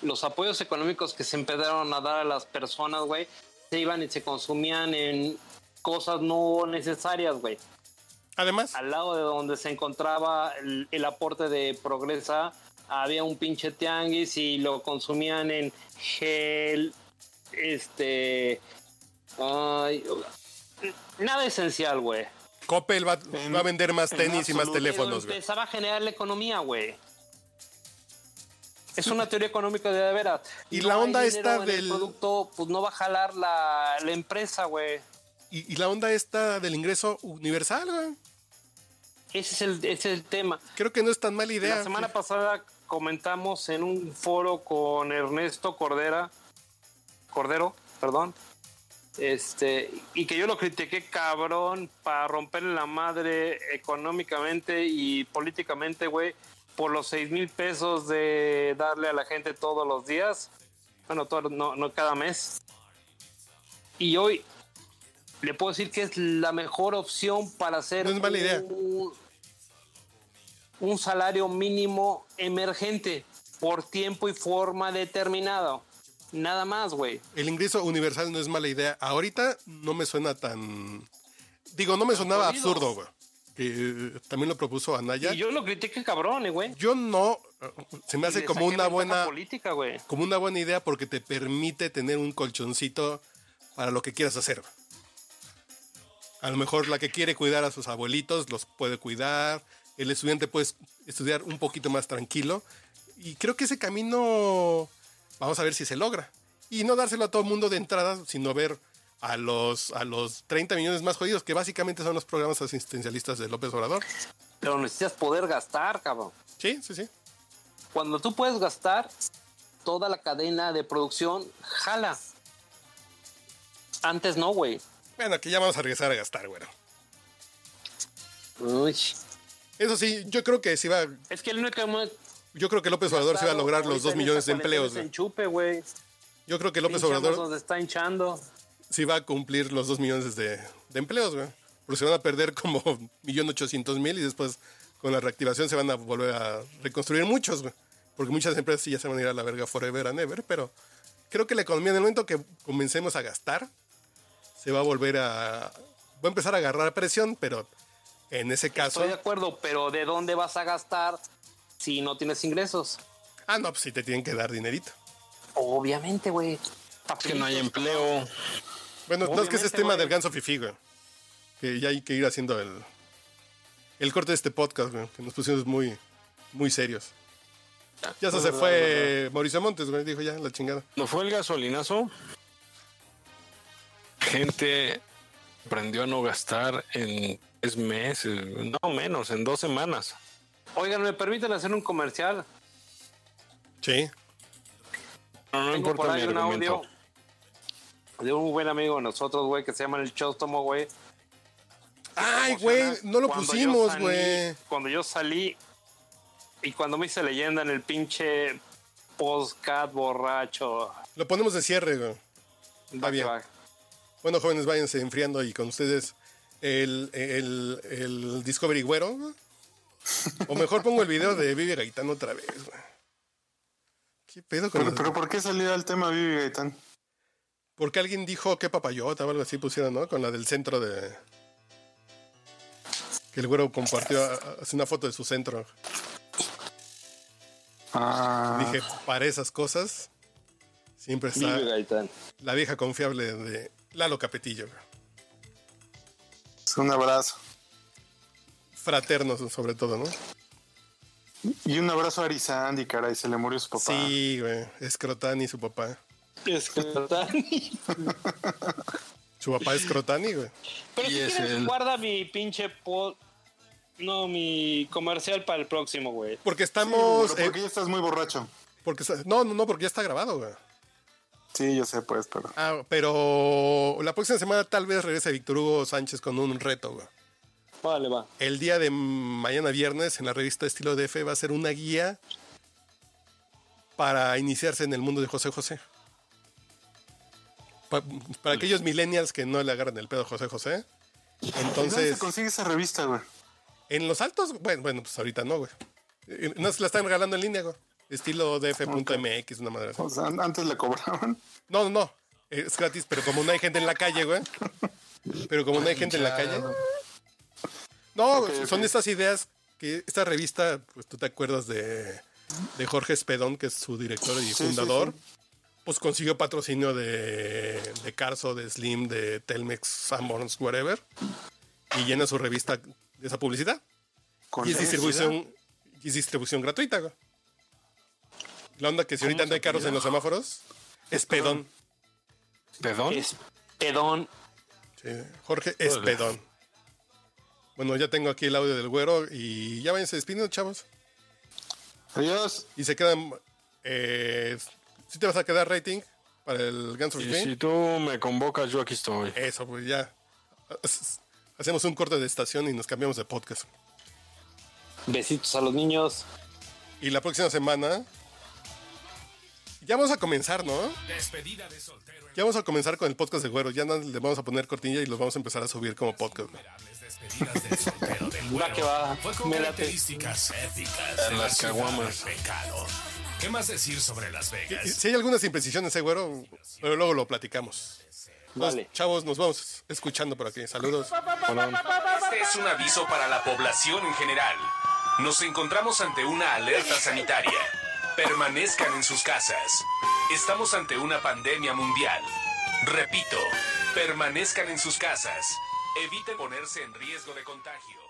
S4: los apoyos económicos que se empezaron a dar a las personas, güey, se iban y se consumían en cosas no necesarias, güey.
S1: Además,
S4: Al lado de donde se encontraba el, el aporte de Progresa, había un pinche tianguis y lo consumían en gel, este... ay, nada esencial, güey.
S1: Coppel va,
S5: En-
S1: va a vender más
S5: en
S1: tenis y más
S5: absoluto.
S1: teléfonos.
S4: Pero
S1: güey.
S4: empezaba a generar la economía, güey. Es una teoría económica de veras.
S1: Y la onda
S4: hay
S1: esta
S4: dinero en el
S1: del-
S4: producto, pues no va a jalar la, la empresa, güey.
S1: Y, y la onda esta del ingreso universal, güey.
S4: Ese es el, ese es el tema.
S1: Creo que no es tan mala idea.
S4: La semana pasada comentamos en un foro con Ernesto Cordera, Cordero, perdón, este, y que yo lo critiqué cabrón para romperle la madre económicamente y políticamente, güey, por los seis mil pesos de darle a la gente todos los días, bueno, todo- no, no cada mes. Y hoy le puedo decir que es la mejor opción para hacer
S1: No es mala idea.
S4: un- un salario mínimo emergente por tiempo y forma determinado. Nada más, güey.
S1: El ingreso universal no es mala idea. Ahorita no me suena tan. Digo, no me sonaba
S4: jodidos.
S1: absurdo, güey. Que eh, también lo propuso Anaya.
S4: Y yo lo critiqué cabrón, eh, güey.
S1: Yo no. eh, Se me hace
S4: Le
S1: como
S4: saqué
S1: una
S4: ventaja
S1: buena.
S4: política, güey.
S1: Como una buena idea porque te permite tener un colchoncito para lo que quieras hacer. A lo mejor la que quiere cuidar a sus abuelitos los puede cuidar. El estudiante puede estudiar un poquito más tranquilo. Y creo que ese camino vamos a ver si se logra. Y no dárselo a todo el mundo de entrada, sino ver a los, a los 30 millones más jodidos, que básicamente son los programas asistencialistas de López Obrador.
S4: Pero necesitas poder gastar, cabrón.
S1: Sí, sí, sí.
S4: Cuando tú puedes gastar, toda la cadena de producción jala. Antes no, güey.
S1: Bueno, que ya vamos a regresar a gastar, güey.
S4: Uy.
S1: Eso sí, yo creo que sí va
S4: Es que el único que hemos
S1: Yo creo que López Obrador se va a lograr los
S4: ahorita
S1: 2
S4: en
S1: millones
S4: esta
S1: de empleos.
S4: cuarentena es
S1: güey.
S4: enchupe, güey.
S1: Yo creo que López
S4: Pinche
S1: Obrador
S4: Amazon se está hinchando.
S1: sí va a cumplir los 2 millones de, de empleos, güey. Porque se van a perder como 1.800.000 y después con la reactivación se van a volver a reconstruir muchos, güey. Porque muchas empresas sí ya se van a ir a la verga forever and ever, pero creo que la economía en el momento que comencemos a gastar se va a volver a... Va a empezar a agarrar presión, pero en ese caso...
S4: Estoy de acuerdo, pero ¿de dónde vas a gastar si no tienes ingresos?
S1: Ah, no, pues sí te tienen que dar dinerito.
S4: Obviamente, güey.
S2: que no hay empleo.
S1: Bueno, no es que ese es
S4: Obviamente,
S1: tema
S4: güey.
S1: del ganso fifí, güey. Que ya hay que ir haciendo el, el corte de este podcast, güey. Que nos pusimos muy, muy serios.
S4: Ah,
S1: Ya hasta se fue Mauricio Montes, güey. Dijo ya, la chingada.
S2: ¿No fue el gasolinazo? Gente aprendió a no gastar en tres meses, no menos, en dos semanas.
S4: Oigan, ¿me permiten hacer un comercial?
S1: Sí.
S2: No, no
S4: Tengo por
S2: importa mi
S4: ahí un
S2: argumento.
S4: audio de un buen amigo de nosotros, güey, que se llama el Chóstomo, güey.
S1: Ay, güey,
S4: Emociona
S1: no lo
S4: cuando yo
S1: pusimos,
S4: salí-
S1: güey.
S4: Cuando yo salí y cuando me hice leyenda en el pinche podcast borracho.
S1: Lo ponemos de cierre, güey.
S4: Va que
S1: bien.
S4: va.
S1: Bueno, jóvenes, váyanse enfriando y con ustedes el, el, el Discovery Güero. güey. O mejor pongo el video de Vivi Gaitán otra vez, güey. ¿Qué pedo con
S5: Pero,
S1: los-
S5: pero ¿por qué salió el tema Vivi Gaitán?
S1: Porque alguien dijo que papayota o algo así pusieron, ¿no? Con la del centro de. ah, Que el güero compartió a- a- hace una foto de su centro.
S5: Ah,
S1: Dije, para esas cosas siempre está
S9: Vive Gaitán.
S1: la vieja confiable de Lalo Capetillo.
S5: es un abrazo.
S1: Fraternos, sobre todo, ¿no?
S5: Y un abrazo a Arizandi, caray, se le murió su papá.
S1: Sí, güey. Es Crotani, su papá.
S9: Es que está-
S1: Su papá es Crotani, güey.
S4: Pero
S2: Y
S4: si
S2: es
S4: quieres,
S2: el-
S4: guarda mi pinche pod. No, mi comercial para el próximo, güey.
S1: Porque
S5: Pero
S1: estamos. eh,
S5: porque ya estás muy borracho.
S1: porque está- no, no, no, porque ya está grabado, güey.
S5: Sí, yo sé, pues, pero.
S1: Ah, pero la próxima semana tal vez regrese Víctor Hugo Sánchez con un reto, güey.
S9: Vale, va.
S1: El día de mañana viernes en la revista Estilo DF va a ser una guía para iniciarse en el mundo de José José. Pa- para aquellos millennials que no le agarran el pedo a José José.
S5: ¿Dónde
S1: Entonces,
S5: se consigue esa revista, güey?
S1: en los altos, bueno, bueno, pues ahorita no, güey. Eh, No se la están regalando en línea, güey. Estilo DF.mx, una madre así.
S5: O sea, an- antes le cobraban.
S1: No, no, no. Es gratis, pero como no hay gente en la calle, güey. Pero como no hay gente en la calle. No,
S5: Ok,
S1: son
S5: ok.
S1: estas ideas que esta revista, pues tú te acuerdas de, de Jorge Espedón, que es su director y
S5: sí,
S1: fundador. Pues consiguió patrocinio de, de Carso, de Slim, de Telmex, Sanborns, whatever. Y llena su revista de esa publicidad.
S5: Con
S1: Y es
S5: la
S1: distribución, y es distribución gratuita, güey. La onda que si ahorita anda hay carros en los semáforos, es pedón.
S2: ¿Pedón?
S4: Es pedón.
S1: Sí, Eh, Jorge Espedón. Bueno, ya tengo aquí el audio del güero y ya váyanse despidiendo, chavos.
S5: necesidad. Adiós.
S1: Y se quedan. Eh, si te vas a quedar rating para el Guns of
S2: Y
S1: Spain?
S2: si tú me convocas, yo aquí estoy.
S1: Eso, pues ya. Hacemos un corte de estación y nos cambiamos de podcast.
S9: Besitos a los niños.
S1: Y la próxima semana. Ya vamos a comenzar, ¿no?
S8: Despedida de soltero.
S1: Ya vamos a comenzar con el podcast de güero. Ya nada, le vamos a poner cortinilla y los vamos a empezar a subir como podcast. ¿no?
S8: Despedidas del soltero del
S9: Va que va.
S8: Fue con
S9: Me late.
S8: características éticas de
S2: las
S8: la ciudad
S2: caguamas.
S8: del Pecado. ¿Qué más decir sobre Las
S1: Y- y
S8: Vegas?
S1: Si hay algunas imprecisiones, eh, güero, pero luego lo platicamos. Entonces,
S9: Vale.
S1: Chavos, nos vamos escuchando por aquí. Saludos.
S8: Este es un aviso para la población en general. Nos encontramos ante una alerta sanitaria. Permanezcan en sus casas. Estamos ante una pandemia mundial. Repito, permanezcan en sus casas. Eviten ponerse en riesgo de contagio.